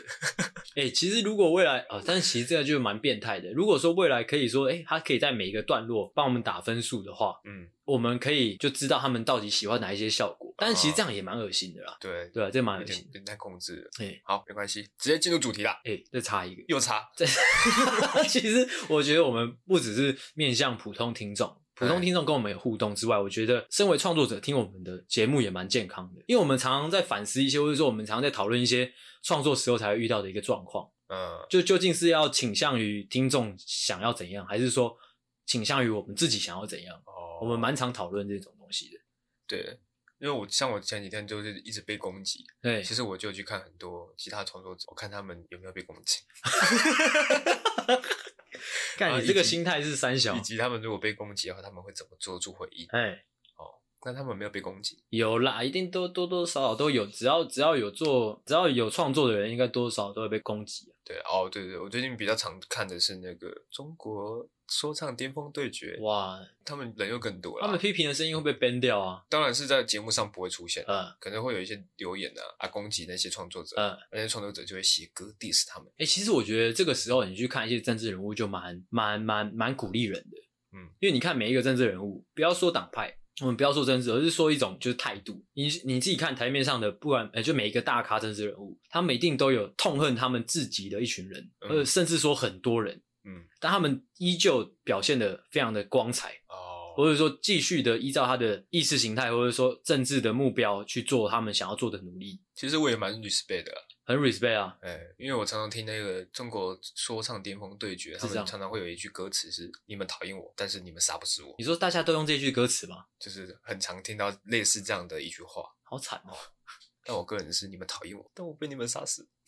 Speaker 1: 哎、其实如果未来啊、但是其实这个就蛮变态的。如果说未来可以说，哎、他可以在每一个段落帮我们打分数的话，
Speaker 2: 嗯，
Speaker 1: 我们可以就知道他们到底喜欢哪一些效果。但是其实这样也蛮恶心的啦，
Speaker 2: 对，
Speaker 1: 对啊，这蛮
Speaker 2: 哦有
Speaker 1: 恶
Speaker 2: 点
Speaker 1: 心
Speaker 2: 有
Speaker 1: 的。
Speaker 2: 点太控制了。
Speaker 1: 哎
Speaker 2: 好，没关系，直接进入主题啦。
Speaker 1: 哎，再 插一个，
Speaker 2: 又差，
Speaker 1: 其实我觉得我们不只是面向普通听众，普
Speaker 2: 嗯
Speaker 1: 通听众跟我们有互动之外，我觉得身为创作者听我们的节目也蛮健康的，因为我们常常在反思一些，或者说我们常常在讨论一些创作时候才会遇到的一个状况，
Speaker 2: 嗯，
Speaker 1: 就究竟是要倾向于听众想要怎样，还是说倾向于我们自己想要怎样？
Speaker 2: 哦
Speaker 1: 我们蛮常讨论这种东西的。
Speaker 2: 对，因为我像我前几天就是一直被攻击，
Speaker 1: 对，
Speaker 2: 其实我就去看很多其他创作者，我看他们有没有被攻击，啊
Speaker 1: 看你
Speaker 2: 以
Speaker 1: 啊这个
Speaker 2: 及
Speaker 1: 心态是哦三小
Speaker 2: 以，及他们如果被攻击的话，他们会怎么做出回应。
Speaker 1: 哎，
Speaker 2: 那他们没有被攻击，
Speaker 1: 有啦，一定多多多少少都有，只要只要有做，只要有创作的人，应该多少都会被攻击、啊
Speaker 2: 对哦，对对，我最近比较常看的是那个中国说唱巅峰对决，
Speaker 1: 哇，
Speaker 2: 他们人又更多
Speaker 1: 他们
Speaker 2: 了，
Speaker 1: 批评的声音会被 ban 掉啊，
Speaker 2: 当然是在节目上不会出现，
Speaker 1: 呃
Speaker 2: 可能会有一些留言啊啊攻击那些创作者，
Speaker 1: 呃，
Speaker 2: 那些创作者就会写歌 diss 他们，
Speaker 1: 哎、其实我觉得这个时候你去看一些政治人物，就蛮蛮蛮蛮鼓励人的，
Speaker 2: 嗯，
Speaker 1: 因为你看每一个政治人物，不要说党派。我们不要说政治，而是说一种就是态度。你你自己看台面上的，不管呃，就每一个大咖政治人物，他们一定都有痛恨他们自己的一群人，
Speaker 2: 嗯
Speaker 1: 呃，甚至说很多人，
Speaker 2: 嗯，
Speaker 1: 但他们依旧表现的非常的光彩。
Speaker 2: 哦，
Speaker 1: 或者说继续的依照他的意识形态，或者说政治的目标去做他们想要做的努力，
Speaker 2: 其实我也蛮 respect 的啦，
Speaker 1: 很 respect 啊。
Speaker 2: 哎、因为我常常听那个中国说唱巅峰对决，他
Speaker 1: 是这
Speaker 2: 们
Speaker 1: 样
Speaker 2: 常常会有一句歌词是“你们讨厌我，但是你们杀不死我
Speaker 1: 你说大家都用这句歌词吗？”，
Speaker 2: 就是很常听到类似这样的一句话。
Speaker 1: 好惨哦！
Speaker 2: 但我个人是“你们讨厌我，但我被你们杀死”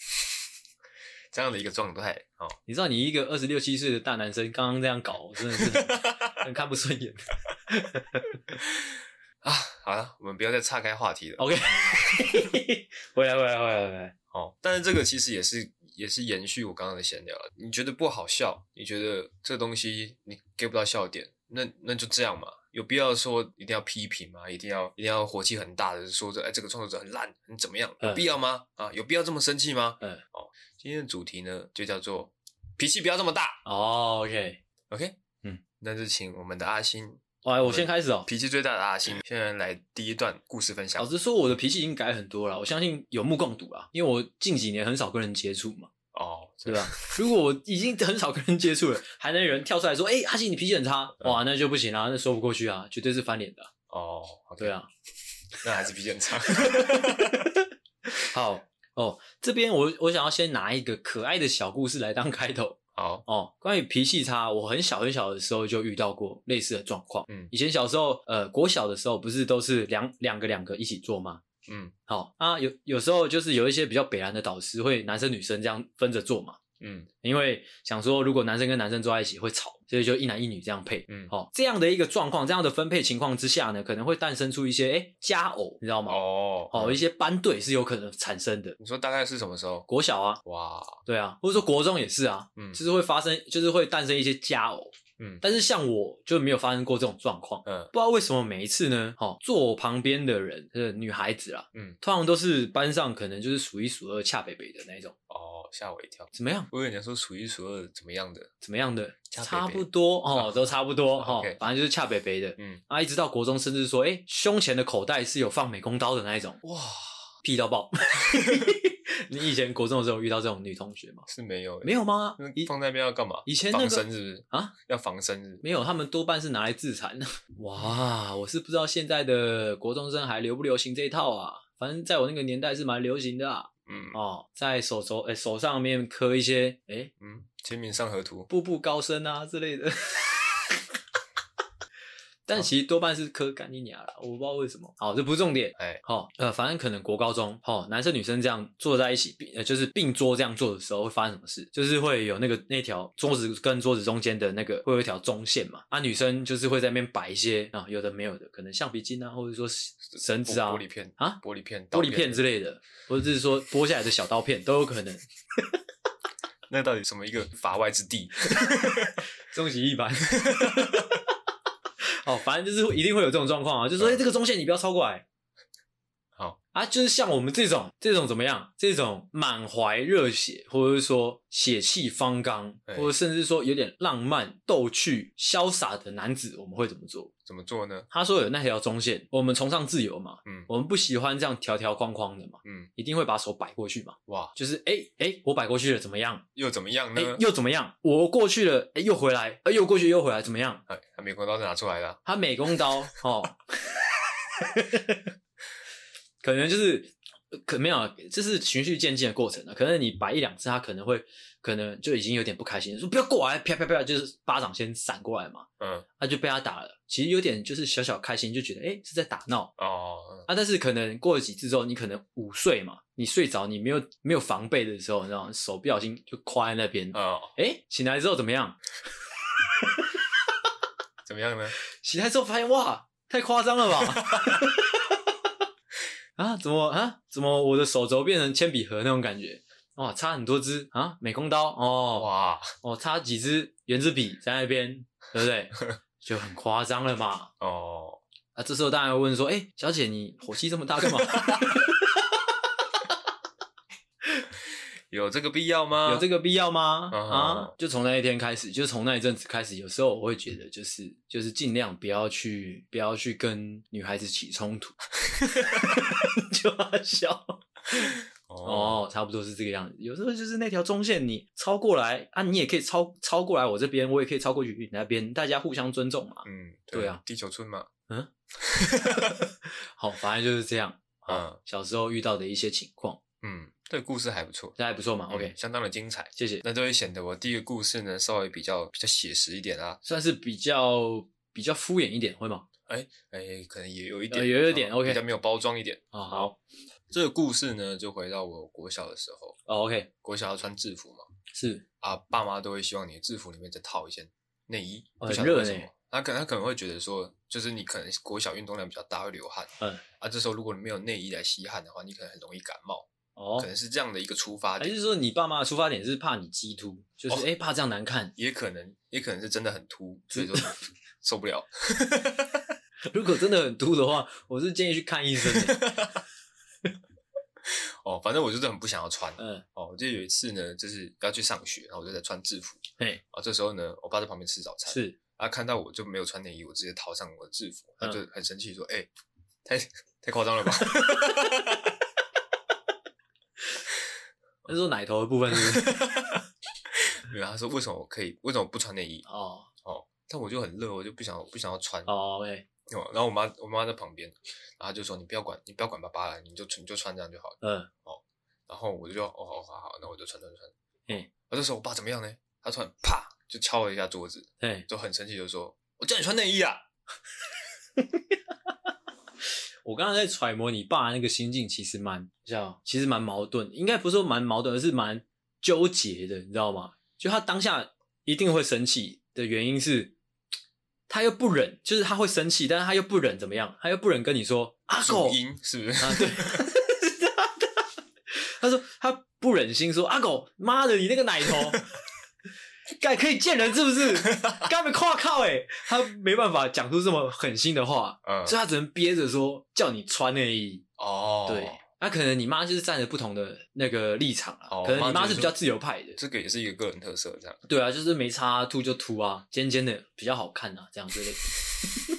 Speaker 2: 这样的一个状态哦。
Speaker 1: 你知道你一个二十六七岁的大男生刚刚这样搞，我真的 是很很看不顺眼。
Speaker 2: 啊，好了，我们不要再岔开话题了
Speaker 1: OK，回来回来回来回来。
Speaker 2: 哦。但是这个其实也是也是延续我刚刚的闲聊了。你觉得不好笑，你觉得这东西你 get 不到笑点，那那就这样嘛。有必要说一定要批评吗？一定要一定要火气很大的说着，哎，这个创作者很烂，很怎么样？
Speaker 1: 嗯
Speaker 2: 有必要吗？啊，有必要这么生气吗？
Speaker 1: 嗯，
Speaker 2: 哦，今天的主题呢就叫做脾气不要这么大
Speaker 1: 哦、o k
Speaker 2: ，OK？
Speaker 1: 嗯，
Speaker 2: 那就请我们的阿星，
Speaker 1: 哎，我先开始哦。
Speaker 2: 脾气最大的阿星，现在来第一段故事分享
Speaker 1: 老。实说，我的脾气已经改很多了，我相信有目共睹啊啦，因为我近几年很少跟人接触嘛。
Speaker 2: 哦，
Speaker 1: 对啊 吧？如果我已经很少跟人接触了，还能有人跳出来说：“哎、阿信你脾气很差。”哇，那就不行啊，那说不过去啊，绝对是翻脸的啊、
Speaker 2: 哦，
Speaker 1: 对，啊，
Speaker 2: 那还是脾气很 差。
Speaker 1: 好哦，这边我我想要先拿一个可爱的小故事来当开头
Speaker 2: 好，
Speaker 1: 哦。关于脾气差，我很小很小的时候就遇到过类似的状况。
Speaker 2: 嗯
Speaker 1: 以前小时候，呃，国小的时候不是都是两两个两个一起做吗？
Speaker 2: 嗯
Speaker 1: 好、啊，有有时候就是有一些比较北蓝的导师会男生女生这样分着做嘛。
Speaker 2: 嗯
Speaker 1: 因为想说如果男生跟男生坐在一起会吵，所以就一男一女这样配。
Speaker 2: 嗯，
Speaker 1: 好、这样的一个状况，这样的分配情况之下呢，可能会诞生出一些哎家偶，你知道吗？
Speaker 2: 哦
Speaker 1: 哦，一些班队是有可能产生的。
Speaker 2: 你说大概是什么时候？
Speaker 1: 国小啊，
Speaker 2: 哇，
Speaker 1: 对啊，或者说国中也是啊，
Speaker 2: 嗯
Speaker 1: 就是会发生，就是会诞生一些家偶。
Speaker 2: 嗯
Speaker 1: 但是像我就没有发生过这种状况，
Speaker 2: 嗯
Speaker 1: 不知道为什么每一次呢，哦，坐我旁边的人，呃，女孩子啦，
Speaker 2: 嗯，
Speaker 1: 通常都是班上可能就是数一数二、恰北北的那一种，
Speaker 2: 哦，吓我一跳。
Speaker 1: 怎么样？
Speaker 2: 我以为你要说数一数二怎么样的？
Speaker 1: 怎么样的，
Speaker 2: 恰北北啊
Speaker 1: 差不多哦，都差不多哦
Speaker 2: OK，
Speaker 1: 反正就是恰北北的。
Speaker 2: 嗯，
Speaker 1: 啊，一直到国中，甚至说，哎、胸前的口袋是有放美工刀的那一种，
Speaker 2: 哇，
Speaker 1: 屁到爆。 你以前国中的时候有遇到这种女同学吗？
Speaker 2: 是没有欸
Speaker 1: 没有吗
Speaker 2: 那？
Speaker 1: 以
Speaker 2: 放在那边要干嘛？
Speaker 1: 以前那
Speaker 2: 防
Speaker 1: 个
Speaker 2: 身是不是
Speaker 1: 啊？
Speaker 2: 要防身是不是？
Speaker 1: 没有，他们多半是拿来自残的。 哇，我是不知道现在的国中生还流不流行这一套啊。反正在我那个年代是蛮流行的啊。
Speaker 2: 嗯
Speaker 1: 哦，在手手哎、手上面刻一些哎、
Speaker 2: 嗯，清明上河图。
Speaker 1: 步步高升啊之类的。 但其实多半是科干你娘啦，我不知道为什么。好，这不是重点。
Speaker 2: 哎，
Speaker 1: 好、呃，反正可能国高中，好、男生女生这样坐在一起，并呃就是并桌这样坐的时候，会发生什么事？就是会有那个那条桌子跟桌子中间的那个会有一条中线嘛，啊，女生就是会在那边摆一些啊，有的没有的，可能橡皮筋啊，或者说绳子啊
Speaker 2: 玻、玻璃片
Speaker 1: 啊
Speaker 2: 玻璃片、
Speaker 1: 玻
Speaker 2: 刀
Speaker 1: 璃片之类的，或者是说剥下来的小刀片都有可能。
Speaker 2: 那到底什么一个法外之地？
Speaker 1: 终极一班。 哦，反正就是一定会有这种状况啊，就是说，哎、
Speaker 2: 嗯
Speaker 1: 这个中线你不要超过来。
Speaker 2: 好
Speaker 1: 啊，就是像我们这种这种怎么样？这种满怀热血，或者是说血气方刚，
Speaker 2: 哎
Speaker 1: 或者甚至说有点浪漫、逗趣、潇洒的男子，我们会怎么做？
Speaker 2: 怎么做呢？
Speaker 1: 他说有那条中线，我们崇尚自由嘛，
Speaker 2: 嗯
Speaker 1: 我们不喜欢这样条条框框的嘛，
Speaker 2: 嗯，
Speaker 1: 一定会把手摆过去嘛，
Speaker 2: 哇，
Speaker 1: 就是哎哎、我摆过去了怎么样？
Speaker 2: 又怎么样
Speaker 1: 哎、
Speaker 2: 呢？
Speaker 1: 又怎么样？我过去了，哎、又回来，哎、又过去又回来，怎么样？
Speaker 2: 哎，他美国刀是拿出来的啊、
Speaker 1: 他美工刀哦，可能就是可没有啊，这是循序渐进的过程啊。可能你摆一两次，他可能会可能就已经有点不开心，说不要过来，啪啪啪，就是巴掌先闪过来嘛，
Speaker 2: 嗯，
Speaker 1: 他、就被他打了。其实有点就是小小开心，就觉得哎、诶是在打闹
Speaker 2: 哦，嗯
Speaker 1: 啊。但是可能过了几次之后，你可能午睡嘛，你睡着，你没有没有防备的时候，你知道吗手不小心就跨在那边，哎、
Speaker 2: 哦，
Speaker 1: 醒来之后怎么样？
Speaker 2: 怎么样呢？
Speaker 1: 醒来之后发现哇，太夸张了吧！ 啊，怎么啊？怎么我的手肘变成铅笔盒那种感觉？哇，差很多支啊！美工刀哦，
Speaker 2: 哇，
Speaker 1: 哦，差几支圆珠笔在那边，对不 对？就很夸张了嘛。
Speaker 2: 哦，
Speaker 1: 啊，这时候当然会问说：“哎、小姐，你火气这么大干嘛？
Speaker 2: 有这个必要吗？
Speaker 1: 有这个必要吗？”
Speaker 2: 嗯
Speaker 1: 啊，就从那一天开始，就从那一阵子开始，有时候我会觉得，就是就是尽量不要去不要去跟女孩子起冲突， 就要笑。
Speaker 2: 哦，
Speaker 1: 哦，差不多是这个样子。有时候就是那条中线，你超过来啊，你也可以超超过来我这边，我也可以超过去你那边，大家互相尊重嘛。
Speaker 2: 嗯，
Speaker 1: 对啊，
Speaker 2: 地球村嘛，
Speaker 1: 好，反正就是这样。
Speaker 2: 嗯
Speaker 1: 小时候遇到的一些情况，
Speaker 2: 嗯，这个故事还不错
Speaker 1: 这还不错嘛。OK，
Speaker 2: 嗯相当的精彩。
Speaker 1: 谢谢，
Speaker 2: 那就会显得我第一个故事呢稍微比较比较写实一点啊，
Speaker 1: 算是比较比较敷衍一点，会吗？
Speaker 2: 哎，可能也有一点，
Speaker 1: 呃有一点
Speaker 2: 哦
Speaker 1: OK
Speaker 2: 比较没有包装一点。
Speaker 1: 哦，好，
Speaker 2: 这个故事呢，就回到我国小的时候，
Speaker 1: 哦，OK，
Speaker 2: 国小要穿制服嘛，
Speaker 1: 是
Speaker 2: 啊，爸妈都会希望你的制服里面再套一件内衣，
Speaker 1: 哦
Speaker 2: 不晓
Speaker 1: 很
Speaker 2: 得
Speaker 1: 热
Speaker 2: 为什
Speaker 1: 呢
Speaker 2: 么。他可能他可能会觉得说，就是你可能国小运动量比较大，会流汗，
Speaker 1: 嗯，
Speaker 2: 啊，这时候如果你没有内衣来吸汗的话，你可能很容易感冒，
Speaker 1: 哦哎
Speaker 2: 可，能是这样的一个出发
Speaker 1: 还
Speaker 2: 点，
Speaker 1: 是说你爸妈的出发点是怕你激突，就是
Speaker 2: 哦
Speaker 1: 哎、诶怕这样难看。
Speaker 2: 也可能也可能是真的很秃，所以说
Speaker 1: 嗯
Speaker 2: 受不了。
Speaker 1: 如果真的很突的话，我是建议去看医生的。
Speaker 2: 哦，反正我就是很不想要穿。
Speaker 1: 嗯，
Speaker 2: 哦，我记得有一次呢，就是要去上学，然后我就在穿制服，
Speaker 1: 嘿，
Speaker 2: 啊，这时候呢，我爸在旁边吃早餐，
Speaker 1: 是
Speaker 2: 他看到我就没有穿内衣，我直接套上我的制服，他
Speaker 1: 嗯
Speaker 2: 就很生气说：“哎、太太夸张了吧？”
Speaker 1: 那是说奶头的部分是 不是？
Speaker 2: 没有，他说为什么我可以，为什么我不穿内衣？
Speaker 1: 哦
Speaker 2: 但我就很热，我就不想，我不想要穿。
Speaker 1: 哦，OK，
Speaker 2: 哦然后我妈，我妈在旁边，然后她就说你不要管，你不要管爸爸了，你就穿，你就穿这样就好了。
Speaker 1: 嗯，
Speaker 2: 然后我就哦，好好好，那我就穿穿穿。
Speaker 1: 嗯，
Speaker 2: 啊我这时候我爸怎么样呢？他突然啪就敲了一下桌子，
Speaker 1: 对，
Speaker 2: 就很生气，就说：“我叫你穿内衣啊
Speaker 1: 我刚刚在揣摩你爸那个心境，其实蛮叫，其实蛮矛盾，应该不是说蛮矛盾，而是蛮纠结的，你知道吗？就他当下一定会生气的原因是，他又不忍，就是他会生气，但是他又不忍怎么样？他又不忍跟你说阿！”狗
Speaker 2: 主音是不是？
Speaker 1: 啊，对，他说他不忍心说阿狗，妈的，你那个奶头。该可以见人是不是？该没夸靠哎，他没办法讲出这么狠心的话，
Speaker 2: 嗯，
Speaker 1: 所以他只能憋着说叫你穿内衣。
Speaker 2: 哦，
Speaker 1: 对，那、可能你妈就是站着不同的那个立场啊，
Speaker 2: 哦
Speaker 1: 可能
Speaker 2: 我
Speaker 1: 你
Speaker 2: 妈
Speaker 1: 妈
Speaker 2: 就是是
Speaker 1: 比较自由派的。
Speaker 2: 这个也是一个个人特色，这样。
Speaker 1: 对啊，就是没差秃就秃啊，尖尖的比较好看啊，这样之类的。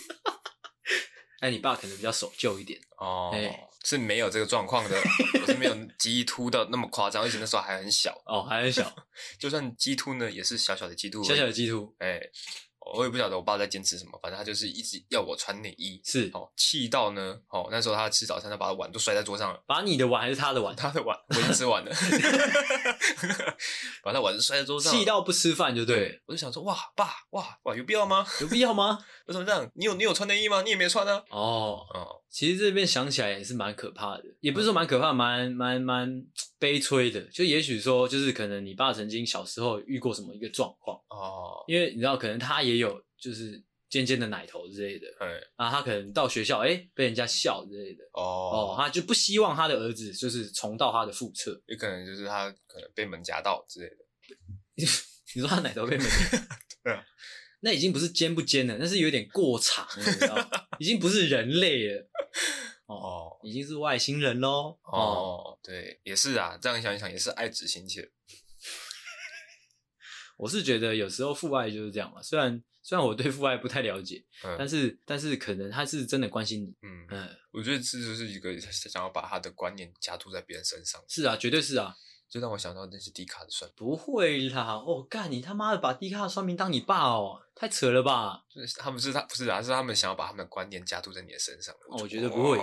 Speaker 1: 哎，你爸可能比较守旧一点，
Speaker 2: 哦
Speaker 1: 哎，
Speaker 2: 是没有这个状况的，我是没有鸡突到那么夸张，而且那时候还很小，
Speaker 1: 哦，还 很小，
Speaker 2: 就算鸡突呢，也是小小的鸡突而已，
Speaker 1: 小小的鸡突，
Speaker 2: 哎、我也不晓得我爸在坚持什么，反正他就是一直要我穿内衣，
Speaker 1: 是
Speaker 2: 哦，气到呢，哦，那时候他吃早餐，他把碗都摔在桌上了，
Speaker 1: 把你的碗还是他的碗，
Speaker 2: 他的碗我已经吃 完了，把他碗摔在桌上了，
Speaker 1: 气到不吃饭就对了，
Speaker 2: 我就想说，哇，爸，哇哇，有必要吗？
Speaker 1: 有必要吗？
Speaker 2: 为什么这样？你有你有穿内衣吗？你也没穿啊，
Speaker 1: 哦，
Speaker 2: 哦，
Speaker 1: 其实这边想起来也是蛮可怕的，也
Speaker 2: 嗯
Speaker 1: 不是说蛮可怕，蛮蛮蛮悲催的。就也许说，就是可能你爸曾经小时候遇过什么一个状况。
Speaker 2: 哦，
Speaker 1: 因为你知道，可能他也有就是尖尖的奶头之类的
Speaker 2: 哎、
Speaker 1: 啊，他可能到学校哎、诶被人家笑之类的哦，
Speaker 2: 哦，
Speaker 1: 他就不希望他的儿子就是重蹈他的覆辙。
Speaker 2: 也可能就是他可能被门夹到之类的，
Speaker 1: 你说他奶头被门，
Speaker 2: 对啊，
Speaker 1: 那已经不是尖不尖了，那是有点过长了，你知 道吗，已经不是人类了，哦，
Speaker 2: 哦
Speaker 1: 已经是外星人喽。哦，
Speaker 2: 哦，对，也是啊，这样想一想也是爱子心切。
Speaker 1: 我是觉得有时候父爱就是这样嘛，虽然虽然我对父爱不太了解，但
Speaker 2: 嗯
Speaker 1: 是但是可能他是真的关心你，
Speaker 2: 嗯，
Speaker 1: 嗯，
Speaker 2: 我觉得这就是一个想要把他的观念加注在别人身上，
Speaker 1: 是啊，绝对是啊，
Speaker 2: 就让我想到那是迪卡的算命，
Speaker 1: 不会啦，哦，干你他妈的把低卡的酸民当你爸哦，太扯了吧？
Speaker 2: 就是他们是他不是啊，是他们想要把他们的观念加注在你的身上。
Speaker 1: 哦我觉得不会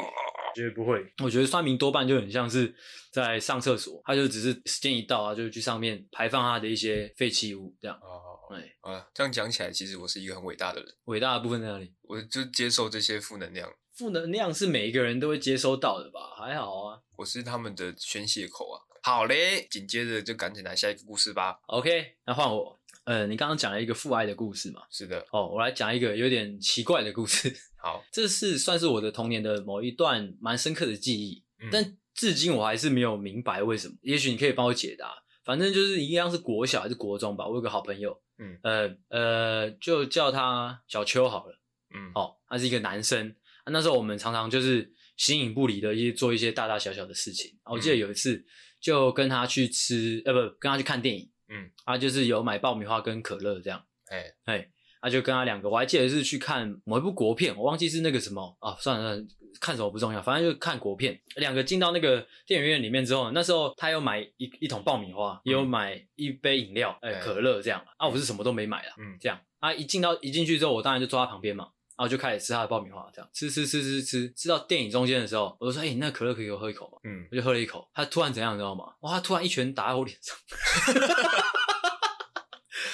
Speaker 1: 绝对不会，我觉得酸民多半就很像是在上厕所，他就只是时间一到啊，就去上面排放他的一些废弃物，这样，
Speaker 2: 哦，
Speaker 1: 哎，
Speaker 2: 啊，这样讲起来，其实我是一个很伟大的人，
Speaker 1: 伟大的部分在哪里？
Speaker 2: 我就接受这些负能量，
Speaker 1: 负能量是每一个人都会接收到的吧？还好啊。
Speaker 2: 我是他们的宣泄口啊。好嘞，紧接着就赶紧来下一个故事吧。
Speaker 1: OK，那换我。呃，你刚刚讲了一个父爱的故事嘛？
Speaker 2: 是的，
Speaker 1: 哦，我来讲一个有点奇怪的故事。
Speaker 2: 好，
Speaker 1: 这是算是我的童年的某一段蛮深刻的记忆，
Speaker 2: 嗯
Speaker 1: 但至今我还是没有明白为什么。也许你可以帮我解答。反正就是一样是国小还是国中吧。我有个好朋友，
Speaker 2: 嗯
Speaker 1: 呃呃，就叫他小秋好了。
Speaker 2: 嗯，
Speaker 1: 哦，他是一个男生。啊那时候我们常常就是形影不离的一些做一些大大小小的事情。啊我
Speaker 2: 嗯
Speaker 1: 记得有一次就跟他去吃，呃，不，跟他去看电影。
Speaker 2: 嗯，
Speaker 1: 啊，就是有买爆米花跟可乐这样。
Speaker 2: 哎，
Speaker 1: 哎，他就跟他两个，我还记得是去看某一部国片，我忘记是那个什么啊，算了算了，看什么不重要，反正就看国片。两个进到那个电影院里面之后，那时候他有买一一桶爆米花，也
Speaker 2: 嗯
Speaker 1: 有买一杯饮料，哎、
Speaker 2: 哎
Speaker 1: 可乐这样。啊，我是什么都没买啦，
Speaker 2: 嗯
Speaker 1: 这样啊，一进到一进去之后，我当然就坐他旁边嘛。然后就开始吃他的爆米花，这样吃吃吃吃吃，吃到电影中间的时候，我就说：“哎、你那可乐可以给我喝一口吗？”
Speaker 2: 嗯，
Speaker 1: 我就喝了一口，他突然怎样，你知道吗？哇，他突然一拳打在我脸上，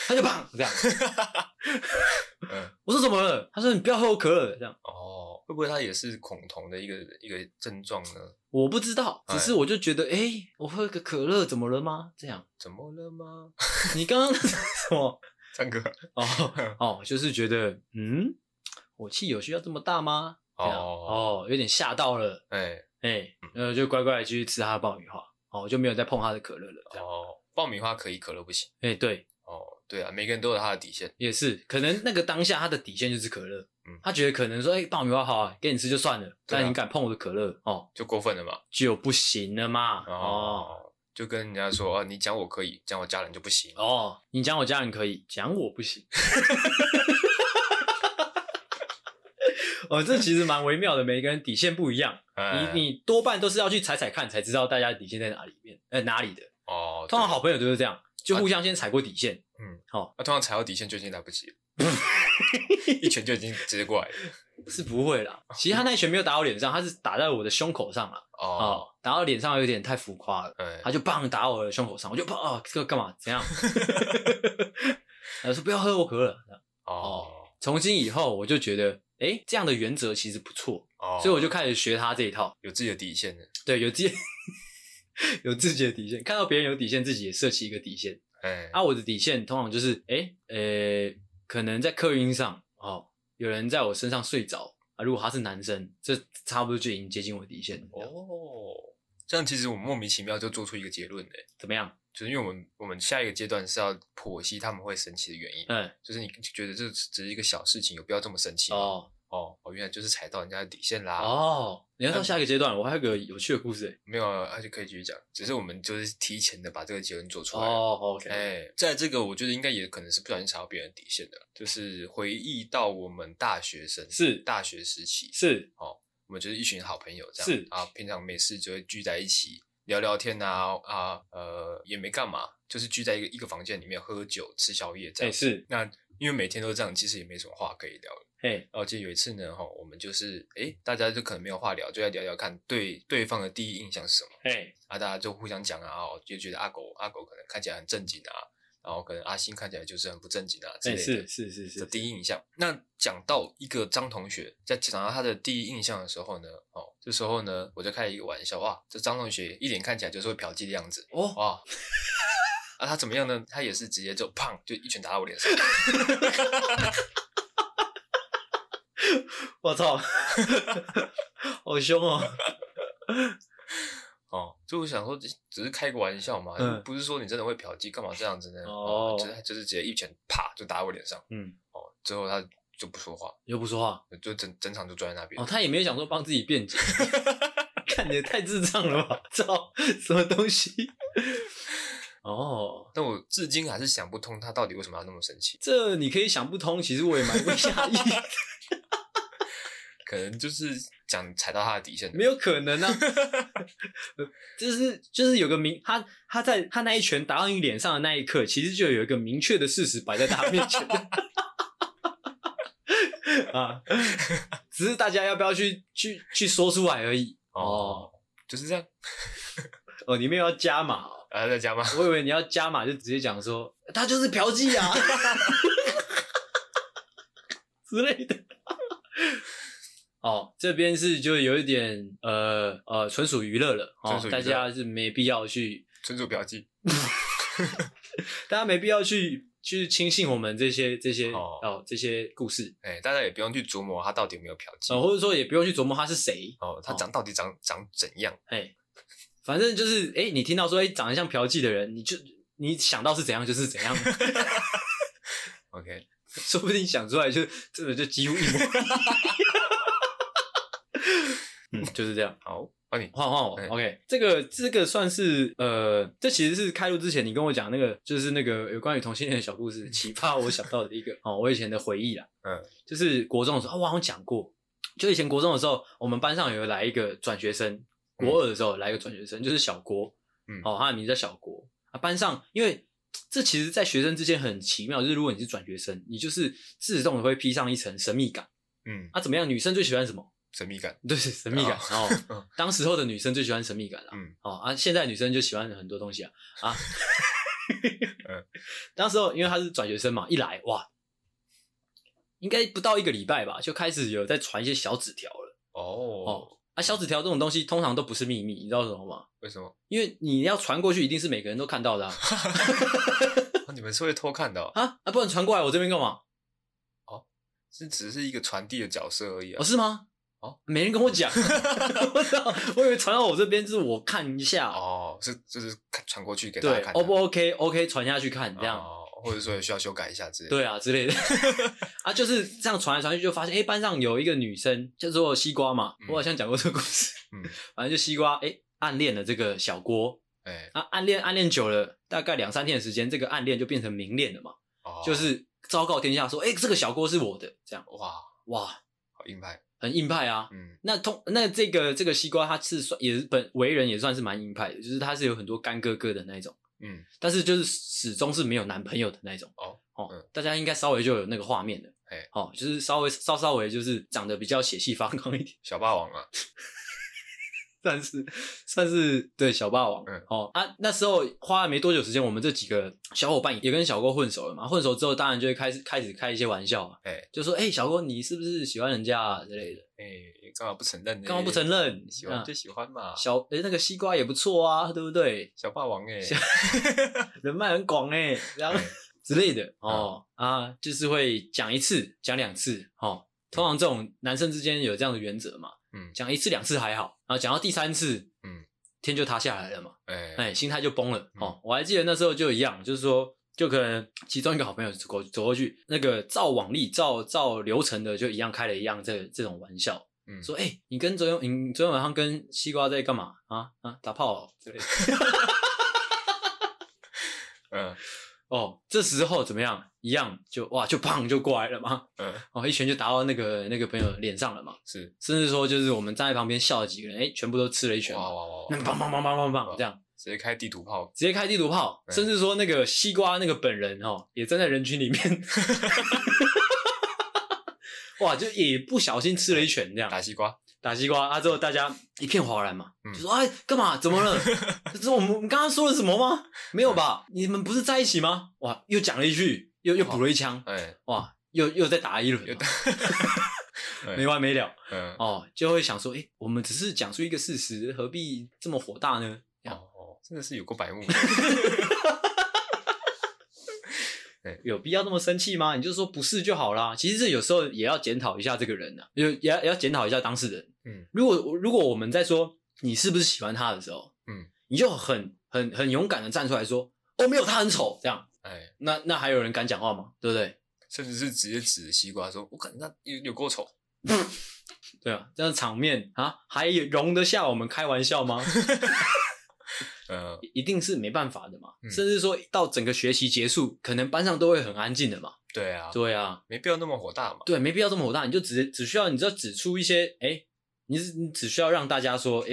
Speaker 1: 他就砰这样，
Speaker 2: 嗯，
Speaker 1: 我说怎么了？他说你不要喝我可乐，这样
Speaker 2: 哦，会不会他也是恐同的一个一个症状呢？
Speaker 1: 我不知道，
Speaker 2: 哎
Speaker 1: 只是我就觉得，哎、我喝个可乐怎么了吗？这样，
Speaker 2: 怎么了吗？
Speaker 1: 你刚 刚什么？
Speaker 2: 唱歌
Speaker 1: 哦
Speaker 2: 嗯
Speaker 1: 哦，就是觉得，嗯，火气有需要这么大吗？这样
Speaker 2: 哦，
Speaker 1: 哦，有点吓到了，
Speaker 2: 哎，
Speaker 1: 哎、呃，就乖乖地继续吃他的爆米花，哦，就没有再碰他的可乐了，这样，
Speaker 2: 哦，爆米花可以，可乐不行。
Speaker 1: 哎、对，
Speaker 2: 哦，对啊，每个人都有他的底线。
Speaker 1: 也是，可能那个当下他的底线就是可乐，
Speaker 2: 嗯
Speaker 1: 他觉得可能说，哎、爆米花好啊，给你吃就算了，
Speaker 2: 对啊
Speaker 1: 但你敢碰我的可乐，哦，
Speaker 2: 就过分了嘛。
Speaker 1: 就不行了嘛，哦
Speaker 2: 哦，就跟人家说啊，你讲我可以，讲我家人就不行。
Speaker 1: 哦，你讲我家人可以，讲我不行。 哦，这其实蛮微妙的，每个人底线不一样，
Speaker 2: 哎
Speaker 1: 你你多半都是要去踩踩看，才知道大家的底线在哪里面，呃哪里的。
Speaker 2: 哦，
Speaker 1: 通常
Speaker 2: 对
Speaker 1: 好朋友都是这样，
Speaker 2: 啊
Speaker 1: 就互相先踩过底线。
Speaker 2: 嗯，
Speaker 1: 好、
Speaker 2: 那、通常踩到底线就已经来不 及了，一拳就已经直接过来了。
Speaker 1: 是不会啦。其实他那一拳没有打我脸上，他是打在我的胸口上了。
Speaker 2: 哦，
Speaker 1: 哦，打到脸上有点太浮夸了，
Speaker 2: 哎、
Speaker 1: 他就棒打我的胸口上，我就砰哦，这个干嘛？怎样？ 他说不要喝我可乐。
Speaker 2: 哦
Speaker 1: 从今以后，我就觉得，哎，这样的原则其实不错，
Speaker 2: 哦，
Speaker 1: 所以我就开始学他这一套。
Speaker 2: 有自己的底线了。
Speaker 1: 对，有自己 有自己的底线，看到别人有底线，自己也设起一个底线。
Speaker 2: 哎、
Speaker 1: 啊，我的底线通常就是，哎，呃，可能在客运上，哦，有人在我身上睡着啊，如果他是男生，这差不多就已经接近我的底线了。哦，
Speaker 2: 哦，这样其实我们莫名其妙就做出一个结论嘞，
Speaker 1: 怎么样？
Speaker 2: 就是因为我们我们下一个阶段是要剖析他们会生气的原因，
Speaker 1: 嗯，
Speaker 2: 就是你觉得这只是一个小事情，有必要这么生气吗？
Speaker 1: 哦，
Speaker 2: 哦，我原来就是踩到人家的底线啦。
Speaker 1: 哦，你要到下一个阶段，我还有个有趣的故事欸。
Speaker 2: 没有，而且可以继续讲，只是我们就是提前的把这个结论做出来。
Speaker 1: 哦，OK，
Speaker 2: 哎，在这个我觉得应该也可能是不小心踩到别人底线的啦，就是回忆到我们大学生
Speaker 1: 是
Speaker 2: 大学时期，
Speaker 1: 是，
Speaker 2: 我们就是一群好朋友这样，
Speaker 1: 是
Speaker 2: 啊，平常没事就会聚在一起聊聊天啊啊呃也没干嘛，就是聚在一个一个房间里面喝酒吃宵夜这
Speaker 1: 哎
Speaker 2: 样。
Speaker 1: 是，
Speaker 2: 那因为每天都这样，其实也没什么话可以聊了。
Speaker 1: 哎
Speaker 2: 然后记得有一次呢，哈，我们就是哎大家就可能没有话聊，就来聊聊看对对方的第一印象是什么。
Speaker 1: 哎
Speaker 2: 啊，大家就互相讲啊，哦，就觉得阿狗阿狗可能看起来很正经啊，然后可能阿星看起来就是很不正经啊之
Speaker 1: 哎
Speaker 2: 类
Speaker 1: 是
Speaker 2: 的。
Speaker 1: 是是
Speaker 2: 这
Speaker 1: 是，
Speaker 2: 第一印象。那讲到一个张同学，在讲到他的第一印象的时候呢，哦，这时候呢，我就开了一个玩笑，哇，这张同学一脸看起来就是会嫖妓的样子，
Speaker 1: 哦，
Speaker 2: 哇，啊，他怎么样呢？他也是直接就砰，就一拳打到我 脸上，
Speaker 1: 我 操，好凶哦！
Speaker 2: 哦，所以我想说，只只是开个玩笑嘛，
Speaker 1: 嗯
Speaker 2: 不是说你真的会嫖妓，干嘛这样子呢？
Speaker 1: 哦
Speaker 2: 就是就是直接一拳啪就打到我脸上，
Speaker 1: 嗯，
Speaker 2: 哦，之后他就不说话，
Speaker 1: 又不说话
Speaker 2: 就整整场就坐在那边。
Speaker 1: 哦，他也没有想说帮自己辩解， 看你也太智障了吧！操，什么东西？哦，
Speaker 2: 但我至今还是想不通他到底为什么要那么生气，
Speaker 1: 这你可以想不通，其实我也蛮不下意，
Speaker 2: 可能就是讲踩到他的底线了。
Speaker 1: 没有可能啊，就是就是有个明他他在他那一拳打到你脸上的那一刻，其实就有一个明确的事实摆在他面前。 啊，只是大家要不要去去去说出来而已。哦
Speaker 2: 就是这样。
Speaker 1: 哦，你们要加码哦、
Speaker 2: 啊，在家吗？
Speaker 1: 我以为你要加码，就直接讲说他就是嫖妓 啊之类的。 哦，这边是就有一点呃呃，纯属娱乐了哦
Speaker 2: 纯属，娱乐
Speaker 1: 大家是没必要去，
Speaker 2: 纯属嫖妓。
Speaker 1: 大家没必要去去轻信我们这些这些
Speaker 2: 哦
Speaker 1: 哦这些故事，
Speaker 2: 哎、大家也不用去琢磨他到底有没有嫖妓。
Speaker 1: 呃，或者说也不用去琢磨他是谁，
Speaker 2: 哦，他
Speaker 1: 哦
Speaker 2: 长到底长长怎样？
Speaker 1: 哎，反正就是哎、你听到说哎、长得像嫖妓的人，你就你想到是怎样就是怎样，
Speaker 2: OK，
Speaker 1: 说不定想出来就真的就几乎一模一样。嗯，就是这样。
Speaker 2: 好，换你。
Speaker 1: 换换我
Speaker 2: 对
Speaker 1: ，OK，这个这个算是呃，这其实是开录之前你跟我讲那个，就是那个有关于同性恋的小故事，启发我想到的一个哦，我以前的回忆啦，
Speaker 2: 嗯，
Speaker 1: 就是国中的时候，啊、我好像讲过，就以前国中的时候，我们班上有来一个转学生，国二的时候来一个转学生，就是小郭，
Speaker 2: 嗯
Speaker 1: 哦，他的名字叫小郭啊，班上因为。这其实，在学生之间很奇妙，就是如果你是转学生，你就是自动的会披上一层神秘感
Speaker 2: 嗯，
Speaker 1: 啊。怎么样？女生最喜欢什么？
Speaker 2: 神秘感。
Speaker 1: 对，神秘感。 哦，当时候的女生最喜欢神秘感啦。
Speaker 2: 啊嗯
Speaker 1: 哦啊，现在女生就喜欢很多东西啊啊
Speaker 2: 嗯。
Speaker 1: 当时候因为她是转学生嘛，一来哇，应该不到一个礼拜吧，就开始有在传一些小纸条了。
Speaker 2: 哦，
Speaker 1: 哦，啊，小纸条这种东西通常都不是秘密，你知道什么吗？
Speaker 2: 为什么？
Speaker 1: 因为你要传过去，一定是每个人都看到的啊
Speaker 2: 哦你们是会偷看的、哦？
Speaker 1: 啊啊！不然传过来我这边干嘛？
Speaker 2: 是只是一个传递的角色而已啊
Speaker 1: 哦，。是吗？
Speaker 2: 哦，
Speaker 1: 没人跟 我讲，我操我以为传到我这边是我看一下，
Speaker 2: 哦，是就是看传过去给大
Speaker 1: 对
Speaker 2: 家看的。
Speaker 1: ，O 不 OK？OK，传下去看这样。
Speaker 2: 哦，或者说也需要修改一下之类的。
Speaker 1: 对啊之类的 啊，就是这样传来传去，就发现哎、诶班上有一个女生叫做西瓜嘛，
Speaker 2: 嗯
Speaker 1: 我好像讲过这个故事，
Speaker 2: 嗯，
Speaker 1: 反正就西瓜哎、诶暗恋了这个小郭
Speaker 2: 哎、
Speaker 1: 啊，暗恋暗恋久了，大概两三天的时间，这个暗恋就变成明恋了嘛，
Speaker 2: 哦，
Speaker 1: 就是昭告天下说哎、诶这个小郭是我的，这样
Speaker 2: 哇，
Speaker 1: 哇，
Speaker 2: 好硬派。
Speaker 1: 很硬派啊。
Speaker 2: 嗯
Speaker 1: 那通那这个这个西瓜，他是算也是本为人也算是蛮硬派的，就是他是有很多干哥哥的那一种，
Speaker 2: 嗯，
Speaker 1: 但是就是始终是没有男朋友的那一种
Speaker 2: 哦
Speaker 1: 哦，
Speaker 2: 嗯
Speaker 1: 大家应该稍微就有那个画面的
Speaker 2: 嘿，
Speaker 1: 哦，就是稍微稍稍微就是长得比较血气方刚一点，
Speaker 2: 小霸王啊，
Speaker 1: 算是算是对小霸王，
Speaker 2: 嗯
Speaker 1: 哦啊，那时候花了没多久时间，我们这几个小伙伴也跟小郭混熟了嘛，混熟之后当然就会开始开始开一些玩笑嘛，
Speaker 2: 哎
Speaker 1: 就说哎、小郭你是不是喜欢人家啊之类的，
Speaker 2: 哎，干嘛不承认呢？
Speaker 1: 干嘛不承认？
Speaker 2: 喜欢
Speaker 1: 啊
Speaker 2: 就喜欢嘛，
Speaker 1: 小哎、那个西瓜也不错啊，对不对？
Speaker 2: 小霸王哎、
Speaker 1: 小人脉很广哎、然后
Speaker 2: 哎
Speaker 1: 之类的哦、啊，就是会讲一次，讲两次哦。通常这种男生之间有这样的原则嘛，
Speaker 2: 嗯
Speaker 1: 讲一次两次还好，然后讲到第三次，
Speaker 2: 嗯，
Speaker 1: 天就塌下来了嘛，
Speaker 2: 哎、
Speaker 1: 哎、心态就崩了哦。我还记得那时候就一样，就是说，就可能其中一个好朋友走过走过去，那个照往例、照照流程的，就一样开了一样这这种玩笑，
Speaker 2: 嗯，
Speaker 1: 说，哎、你跟昨天你昨天晚上跟西瓜在干嘛啊啊打炮哦、之类的。
Speaker 2: 嗯
Speaker 1: 哦，这时候怎么样？一样就哇，就砰就过来了嘛，
Speaker 2: 嗯，
Speaker 1: 哦，一拳就打到那个那个朋友脸上了嘛，
Speaker 2: 是，
Speaker 1: 甚至说就是我们站在旁边笑的几个人，哎，全部都吃了一拳
Speaker 2: 哇，哦哇哇
Speaker 1: 那
Speaker 2: 哇，
Speaker 1: 砰砰砰砰砰砰，这样
Speaker 2: 直接开地图炮，
Speaker 1: 直接开地图炮，
Speaker 2: 对
Speaker 1: 甚至说那个西瓜那个本人哦，也站在人群 里面，哇，就也不小心吃了一拳这样，
Speaker 2: 打西瓜，
Speaker 1: 打西瓜啊之后大家一片哗然嘛，
Speaker 2: 嗯
Speaker 1: 就说哎干嘛？怎么 了？这是我们我们刚刚说了什么
Speaker 2: 嗯
Speaker 1: 吗？没有吧？你们不是在一起吗？哇，又讲了一句，又又补了一枪，
Speaker 2: 哎、
Speaker 1: 哇，又又再打一轮
Speaker 2: 又
Speaker 1: 嘛，
Speaker 2: 哎
Speaker 1: 没完没了
Speaker 2: 嗯，
Speaker 1: 哦，就会想说，哎，我们只是讲出一个事实，何必这么火大呢？这样
Speaker 2: 哦，真的是有过白 目，
Speaker 1: 有必要那么生气吗？你就说不是就好啦。其实这有时候也要检讨一下这个人呐、啊，也也要也要检讨一下当事人。
Speaker 2: 嗯，
Speaker 1: 如果如果我们在说你是不是喜欢他的时候，
Speaker 2: 嗯，
Speaker 1: 你就很很很勇敢的站出来说，哦，没有，他很丑，这样，
Speaker 2: 哎、
Speaker 1: 那那还有人敢讲话吗？对不对？
Speaker 2: 甚至是直接指着西瓜说：“我感觉那有有够丑。
Speaker 1: 对啊，这样场面啊，还有容得下我们开玩笑吗？
Speaker 2: 呃”
Speaker 1: 一定是没办法的嘛。
Speaker 2: 嗯
Speaker 1: 甚至说到整个学期结束，可能班上都会很安静的嘛。
Speaker 2: 对啊，
Speaker 1: 对啊，
Speaker 2: 没必要那么火大嘛。
Speaker 1: 对，没必要这么火大，你就只只需要，你只要指出一些，哎、你只你只需要让大家说，哎、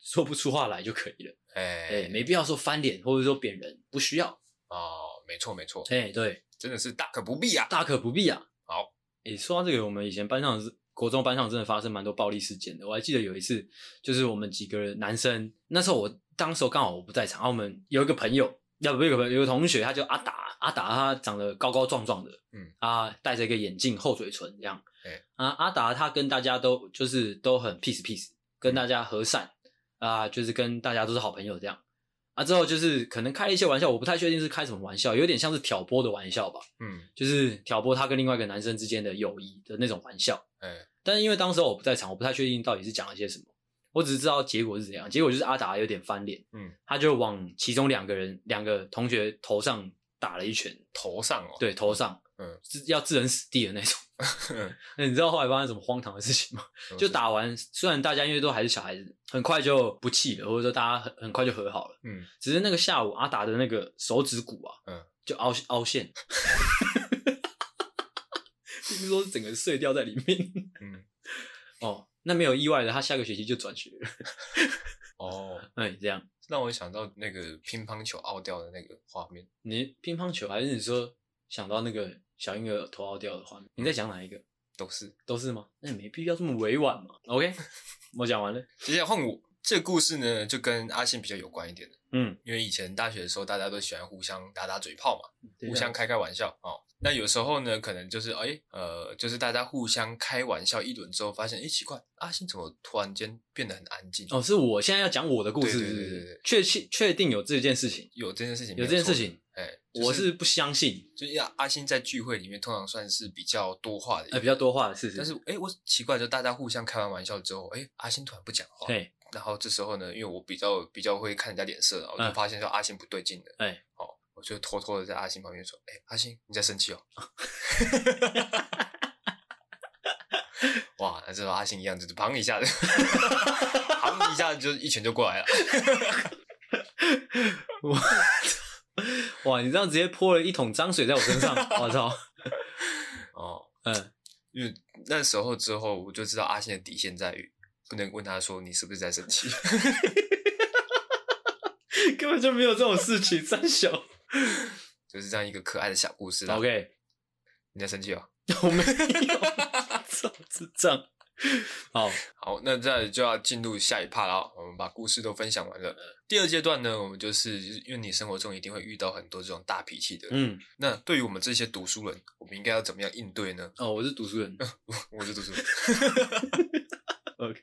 Speaker 1: 说不出话来就可以了。哎、
Speaker 2: 哎，
Speaker 1: 没必要说翻脸或者说贬人，不需要。
Speaker 2: 哦，没错没错，
Speaker 1: 哎、对，
Speaker 2: 真的是大可不必啊。
Speaker 1: 大可不必啊。
Speaker 2: 好，
Speaker 1: 哎、说到这个，我们以前班上是国中班上真的发生蛮多暴力事件的。我还记得有一次，就是我们几个人男生，那时候我当时候刚好我不在场，然后我们有一个朋友，要不有一个朋友有个同学，他叫阿达，阿达他长得高高壮壮的，
Speaker 2: 嗯
Speaker 1: 啊，戴着一个眼镜，厚嘴唇这样。
Speaker 2: 哎
Speaker 1: 啊，阿达他跟大家都就是都很 peace peace，
Speaker 2: 嗯
Speaker 1: 跟大家和善啊，就是跟大家都是好朋友这样。啊，之后就是可能开了一些玩笑，我不太确定是开什么玩笑，有点像是挑拨的玩笑吧。
Speaker 2: 嗯，
Speaker 1: 就是挑拨他跟另外一个男生之间的友谊的那种玩笑。
Speaker 2: 哎，
Speaker 1: 但是因为当时我不在场，我不太确定到底是讲了些什么，我只是知道结果是怎样。结果就是阿达有点翻脸，
Speaker 2: 嗯，
Speaker 1: 他就往其中两个人两个同学头上打了一拳，
Speaker 2: 头上哦，
Speaker 1: 对，头上，
Speaker 2: 嗯，
Speaker 1: 是要置人死地的那种。 那你知道后来发生什么荒唐的事情吗？ 就
Speaker 2: 嗯
Speaker 1: 打完，虽然大家因为都还是小孩子，很快就不气了，或者说大家很很快就和好了。
Speaker 2: 嗯，
Speaker 1: 只是那个下午阿达的那个手指骨啊，
Speaker 2: 嗯，
Speaker 1: 就凹凹陷，听说是整个碎掉在里面。
Speaker 2: 嗯，
Speaker 1: 哦，那没有意外的，他下个学期就转学了。
Speaker 2: 哦，
Speaker 1: 嗯，这样，
Speaker 2: 让我想到那个乒乓球凹掉的那个画面。
Speaker 1: 你乒乓球还是你说想到那个小婴儿头凹掉的画面？你在讲哪一个？
Speaker 2: 都是。
Speaker 1: 都是吗？那你没必要这么委婉嘛。OK，我讲完了。
Speaker 2: 接下来换我，这个故事呢，就跟阿信比较有关一点的，
Speaker 1: 嗯，
Speaker 2: 因为以前大学的时候，大家都喜欢互相打打嘴炮嘛。互相
Speaker 1: 对啊
Speaker 2: 开开玩笑哦。那有时候呢，可能就是哎、呃，就是大家互相开玩笑一轮之后，发现哎、奇怪，阿信怎么突然间变得很安静？
Speaker 1: 哦，是我现在要讲我的故事，
Speaker 2: 对对
Speaker 1: 是不
Speaker 2: 对对对
Speaker 1: 是？确确确定有这件事情，
Speaker 2: 有这件事情，
Speaker 1: 有这件事，情，
Speaker 2: 哎、
Speaker 1: 我
Speaker 2: 是
Speaker 1: 是不相信，
Speaker 2: 就因为阿信在聚会里面通常算是比较多话的一个
Speaker 1: 呃，比较多话的事实。
Speaker 2: 但是，哎、我奇怪，就大家互相开完玩笑之后，哎、阿信突然不讲话，
Speaker 1: 嘿，
Speaker 2: 然后这时候呢，因为我比较比较会看人家脸色，然后就
Speaker 1: 嗯
Speaker 2: 发现说阿信不对劲了，
Speaker 1: 哎
Speaker 2: 哦，我就偷偷的在阿信旁边说，哎、阿信你在生 气哦，哇，那这时候阿信一样就是砰一 下子，砰一下子就一拳就过来了，
Speaker 1: 我哇，你这样直接泼了一桶脏水在我身上，我操！
Speaker 2: 哦，
Speaker 1: 嗯，
Speaker 2: 因为那时候之后我就知道阿信的底线在于不能问他说你是不是在生气，
Speaker 1: 根本就没有这种事情，三小。
Speaker 2: 就是这样一个可爱的小故事啦。
Speaker 1: OK，
Speaker 2: 你在生气哦。
Speaker 1: 我没有，操，智障。好，
Speaker 2: 好，那再来就要进入下一趴了哦。我们把故事都分享完了。
Speaker 1: 嗯
Speaker 2: 第二阶段呢，我们就是因为你生活中一定会遇到很多这种大脾气的。
Speaker 1: 嗯，
Speaker 2: 那对于我们这些读书人，我们应该要怎么样应对呢？
Speaker 1: 哦，我是读书人。
Speaker 2: 我是读书人，
Speaker 1: OK，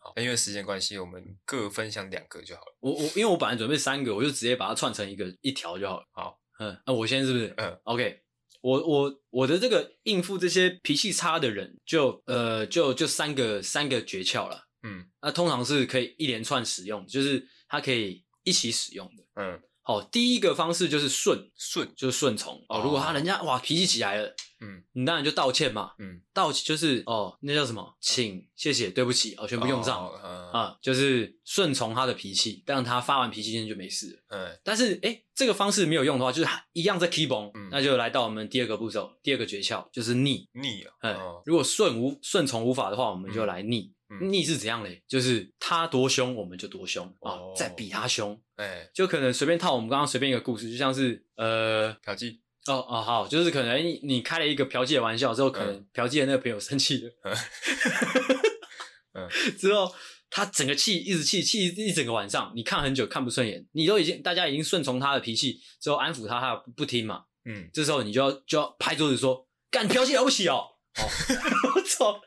Speaker 2: 好，那因为时间关系，我们各分享两个就好了。
Speaker 1: 我我因为我本来准备三个，我就直接把它串成一个一条就好了。
Speaker 2: 好，
Speaker 1: 嗯，那、我先是不是？
Speaker 2: 嗯
Speaker 1: ，OK，我我我的这个应付这些脾气差的人，就呃就就三个三个诀窍了。
Speaker 2: 嗯
Speaker 1: 那通常是可以一连串使用，就是它可以一起使用的。
Speaker 2: 嗯，
Speaker 1: 好，第一个方式就是顺，
Speaker 2: 顺
Speaker 1: 就是顺从哦。如果他人家哇脾气起来了，
Speaker 2: 嗯，
Speaker 1: 你当然就道歉嘛，
Speaker 2: 嗯，
Speaker 1: 道歉就是哦，那叫什么？请、谢谢、对不起哦，全部用上、
Speaker 2: 啊
Speaker 1: 啊，就是顺从他的脾气，让他发完脾气今天就没事了。
Speaker 2: 嗯
Speaker 1: 但是诶、这个方式没有用的话，就是一样在 keep on，、
Speaker 2: 嗯
Speaker 1: 那就来到我们第二个步骤，第二个诀窍就是逆。
Speaker 2: 逆啊，
Speaker 1: 哎、
Speaker 2: 哦
Speaker 1: 如果顺无顺从无法的话，我们就来逆。
Speaker 2: 嗯
Speaker 1: 逆是怎样嘞？就是他多凶，我们就多凶、
Speaker 2: 哦
Speaker 1: 啊，再比他凶，
Speaker 2: 哎，
Speaker 1: 就可能随便套我们刚刚随便一个故事，就像是呃，
Speaker 2: 嫖妓，
Speaker 1: 哦哦好，就是可能你你开了一个嫖妓的玩笑之后，可能嫖妓的那个朋友生气了，
Speaker 2: 嗯
Speaker 1: 之后他整个气一直气气一整个晚上，你看很久看不顺眼，你都已经大家已经顺从他的脾气之后安抚他，他不不听嘛，
Speaker 2: 嗯，
Speaker 1: 这时候你就要就要拍桌子说，干嫖妓了不起哦， 哦，我操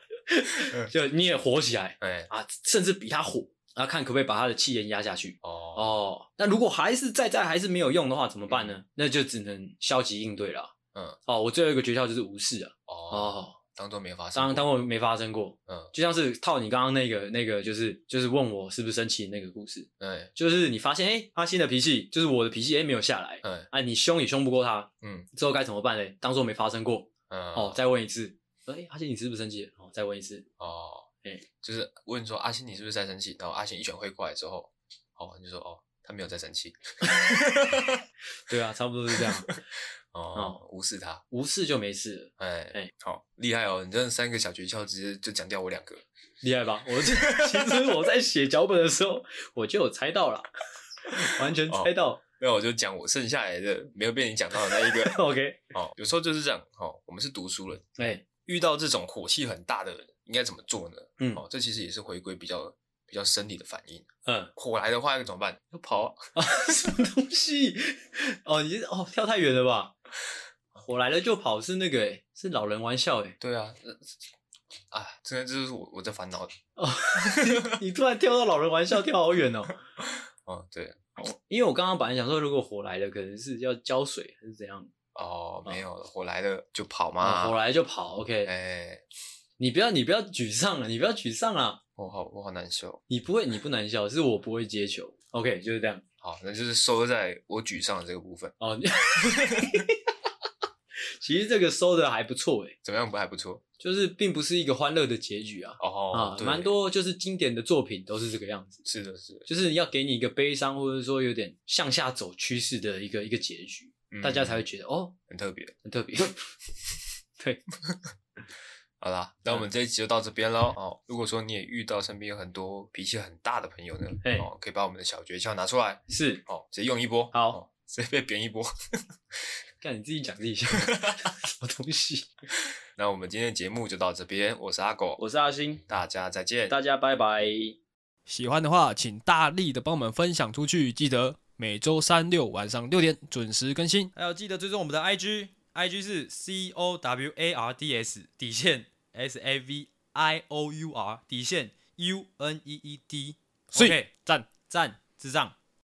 Speaker 2: 嗯，
Speaker 1: 就你也火起来
Speaker 2: 哎，
Speaker 1: 啊，甚至比他火，然后看可不可以把他的气焰压下去。
Speaker 2: 哦，
Speaker 1: 哦，那如果还是再再还是没有用的话，怎么办呢？那就只能消极应对了。
Speaker 2: 嗯，
Speaker 1: 哦，我最后一个诀窍就是无视啊。
Speaker 2: 哦，
Speaker 1: 哦，
Speaker 2: 当做没发生
Speaker 1: 当
Speaker 2: 过。
Speaker 1: 当我没发生过，
Speaker 2: 嗯，
Speaker 1: 就像是套你刚刚那个那个，就是就是问我是不是生气的那个故事，
Speaker 2: 哎
Speaker 1: 就是你发现哎、诶他新的脾气就是我的脾气哎、诶没有下来，
Speaker 2: 哎
Speaker 1: 啊你凶也凶不过他，
Speaker 2: 嗯
Speaker 1: 之后该怎么办嘞？当做没发生过，
Speaker 2: 嗯
Speaker 1: 哦再问一次，哎、阿信你是不是生气了？哦再问一次，
Speaker 2: 哦，
Speaker 1: 哎
Speaker 2: 就是问说阿信你是不是在生气？然后阿信一拳挥过来之后，哦你就说哦他没有在生气，
Speaker 1: 对啊，差不多是这样，
Speaker 2: 哦无视他，
Speaker 1: 无事就没事了，
Speaker 2: 哎
Speaker 1: 哎
Speaker 2: 好厉害哦！你真的三个小诀窍直接就讲掉我两个，
Speaker 1: 厉害吧？我这 其实我在写脚本的时候我就有猜到了， 完全猜到、
Speaker 2: 那我就讲我剩下来的没有被你讲到的那一个
Speaker 1: o k
Speaker 2: 哦。有时候就是这样哦，我们是读书人，
Speaker 1: 哎、
Speaker 2: 遇到这种火气很大的人，应该怎么做呢？
Speaker 1: 嗯
Speaker 2: 哦，这其实也是回归比较比较生理的反应。
Speaker 1: 嗯。
Speaker 2: 火来的话要怎么办？要跑啊、
Speaker 1: 啊，什么东西？哦，你这哦跳太远了吧？我来了就跑是那个、欸，是老人玩笑哎、
Speaker 2: 对啊，呃啊，真的这就是我我在烦恼的。
Speaker 1: 欸，你突然跳到老人玩笑跳好远哦。
Speaker 2: 哦，对
Speaker 1: 因为我刚刚本来想说，如果火来了，可能是要浇水还是怎样，
Speaker 2: 哦，没有了，火来了就跑
Speaker 1: 啊、
Speaker 2: 嘛。
Speaker 1: 火嗯来就跑。OK，、
Speaker 2: 哎，
Speaker 1: 你不要你不要沮丧啊了，你不要沮丧了，
Speaker 2: 我好我好难受。
Speaker 1: 你不会你不难笑，是我不会接球。OK，就是这样。
Speaker 2: 好，那就是收在我沮丧的这个部分，
Speaker 1: 哦，你其实这个收的还不错哎、
Speaker 2: 怎么样？不还不错
Speaker 1: 就是并不是一个欢乐的结局啊。
Speaker 2: 哦
Speaker 1: 啊，，
Speaker 2: 对
Speaker 1: 蛮多就是经典的作品都是这个样子，
Speaker 2: 是的，是的，
Speaker 1: 就是要给你一个悲伤或者说有点向下走趋势的一个一个结局，
Speaker 2: 嗯
Speaker 1: 大家才会觉得哦
Speaker 2: 很特别。
Speaker 1: 很特别。
Speaker 2: 好啦，那
Speaker 1: 嗯
Speaker 2: 我们这一集就到这边喽。哦，如果说你也遇到身边有很多脾气很大的朋友呢
Speaker 1: 嘿，
Speaker 2: 哦，可以把我们的小诀窍拿出来，
Speaker 1: 是，
Speaker 2: 哦，直接用一波，
Speaker 1: 好
Speaker 2: 哦，直接被扁一波。
Speaker 1: 看你自己讲自己 笑，什么东西？
Speaker 2: 那我们今天的节目就到这边，我是阿狗，
Speaker 1: 我是阿星，
Speaker 2: 大家再见。
Speaker 1: 大家拜拜。
Speaker 3: 喜欢的话，请大力的帮我们分享出去，记得每周三六晚上六点准时更新。
Speaker 4: 还有记得追踪我们的 IG，IG 是 C O W A R D S 底线 S A V I O U R 底线 U N E E D，
Speaker 3: 所以
Speaker 4: OK，
Speaker 3: 赞
Speaker 4: 赞智障。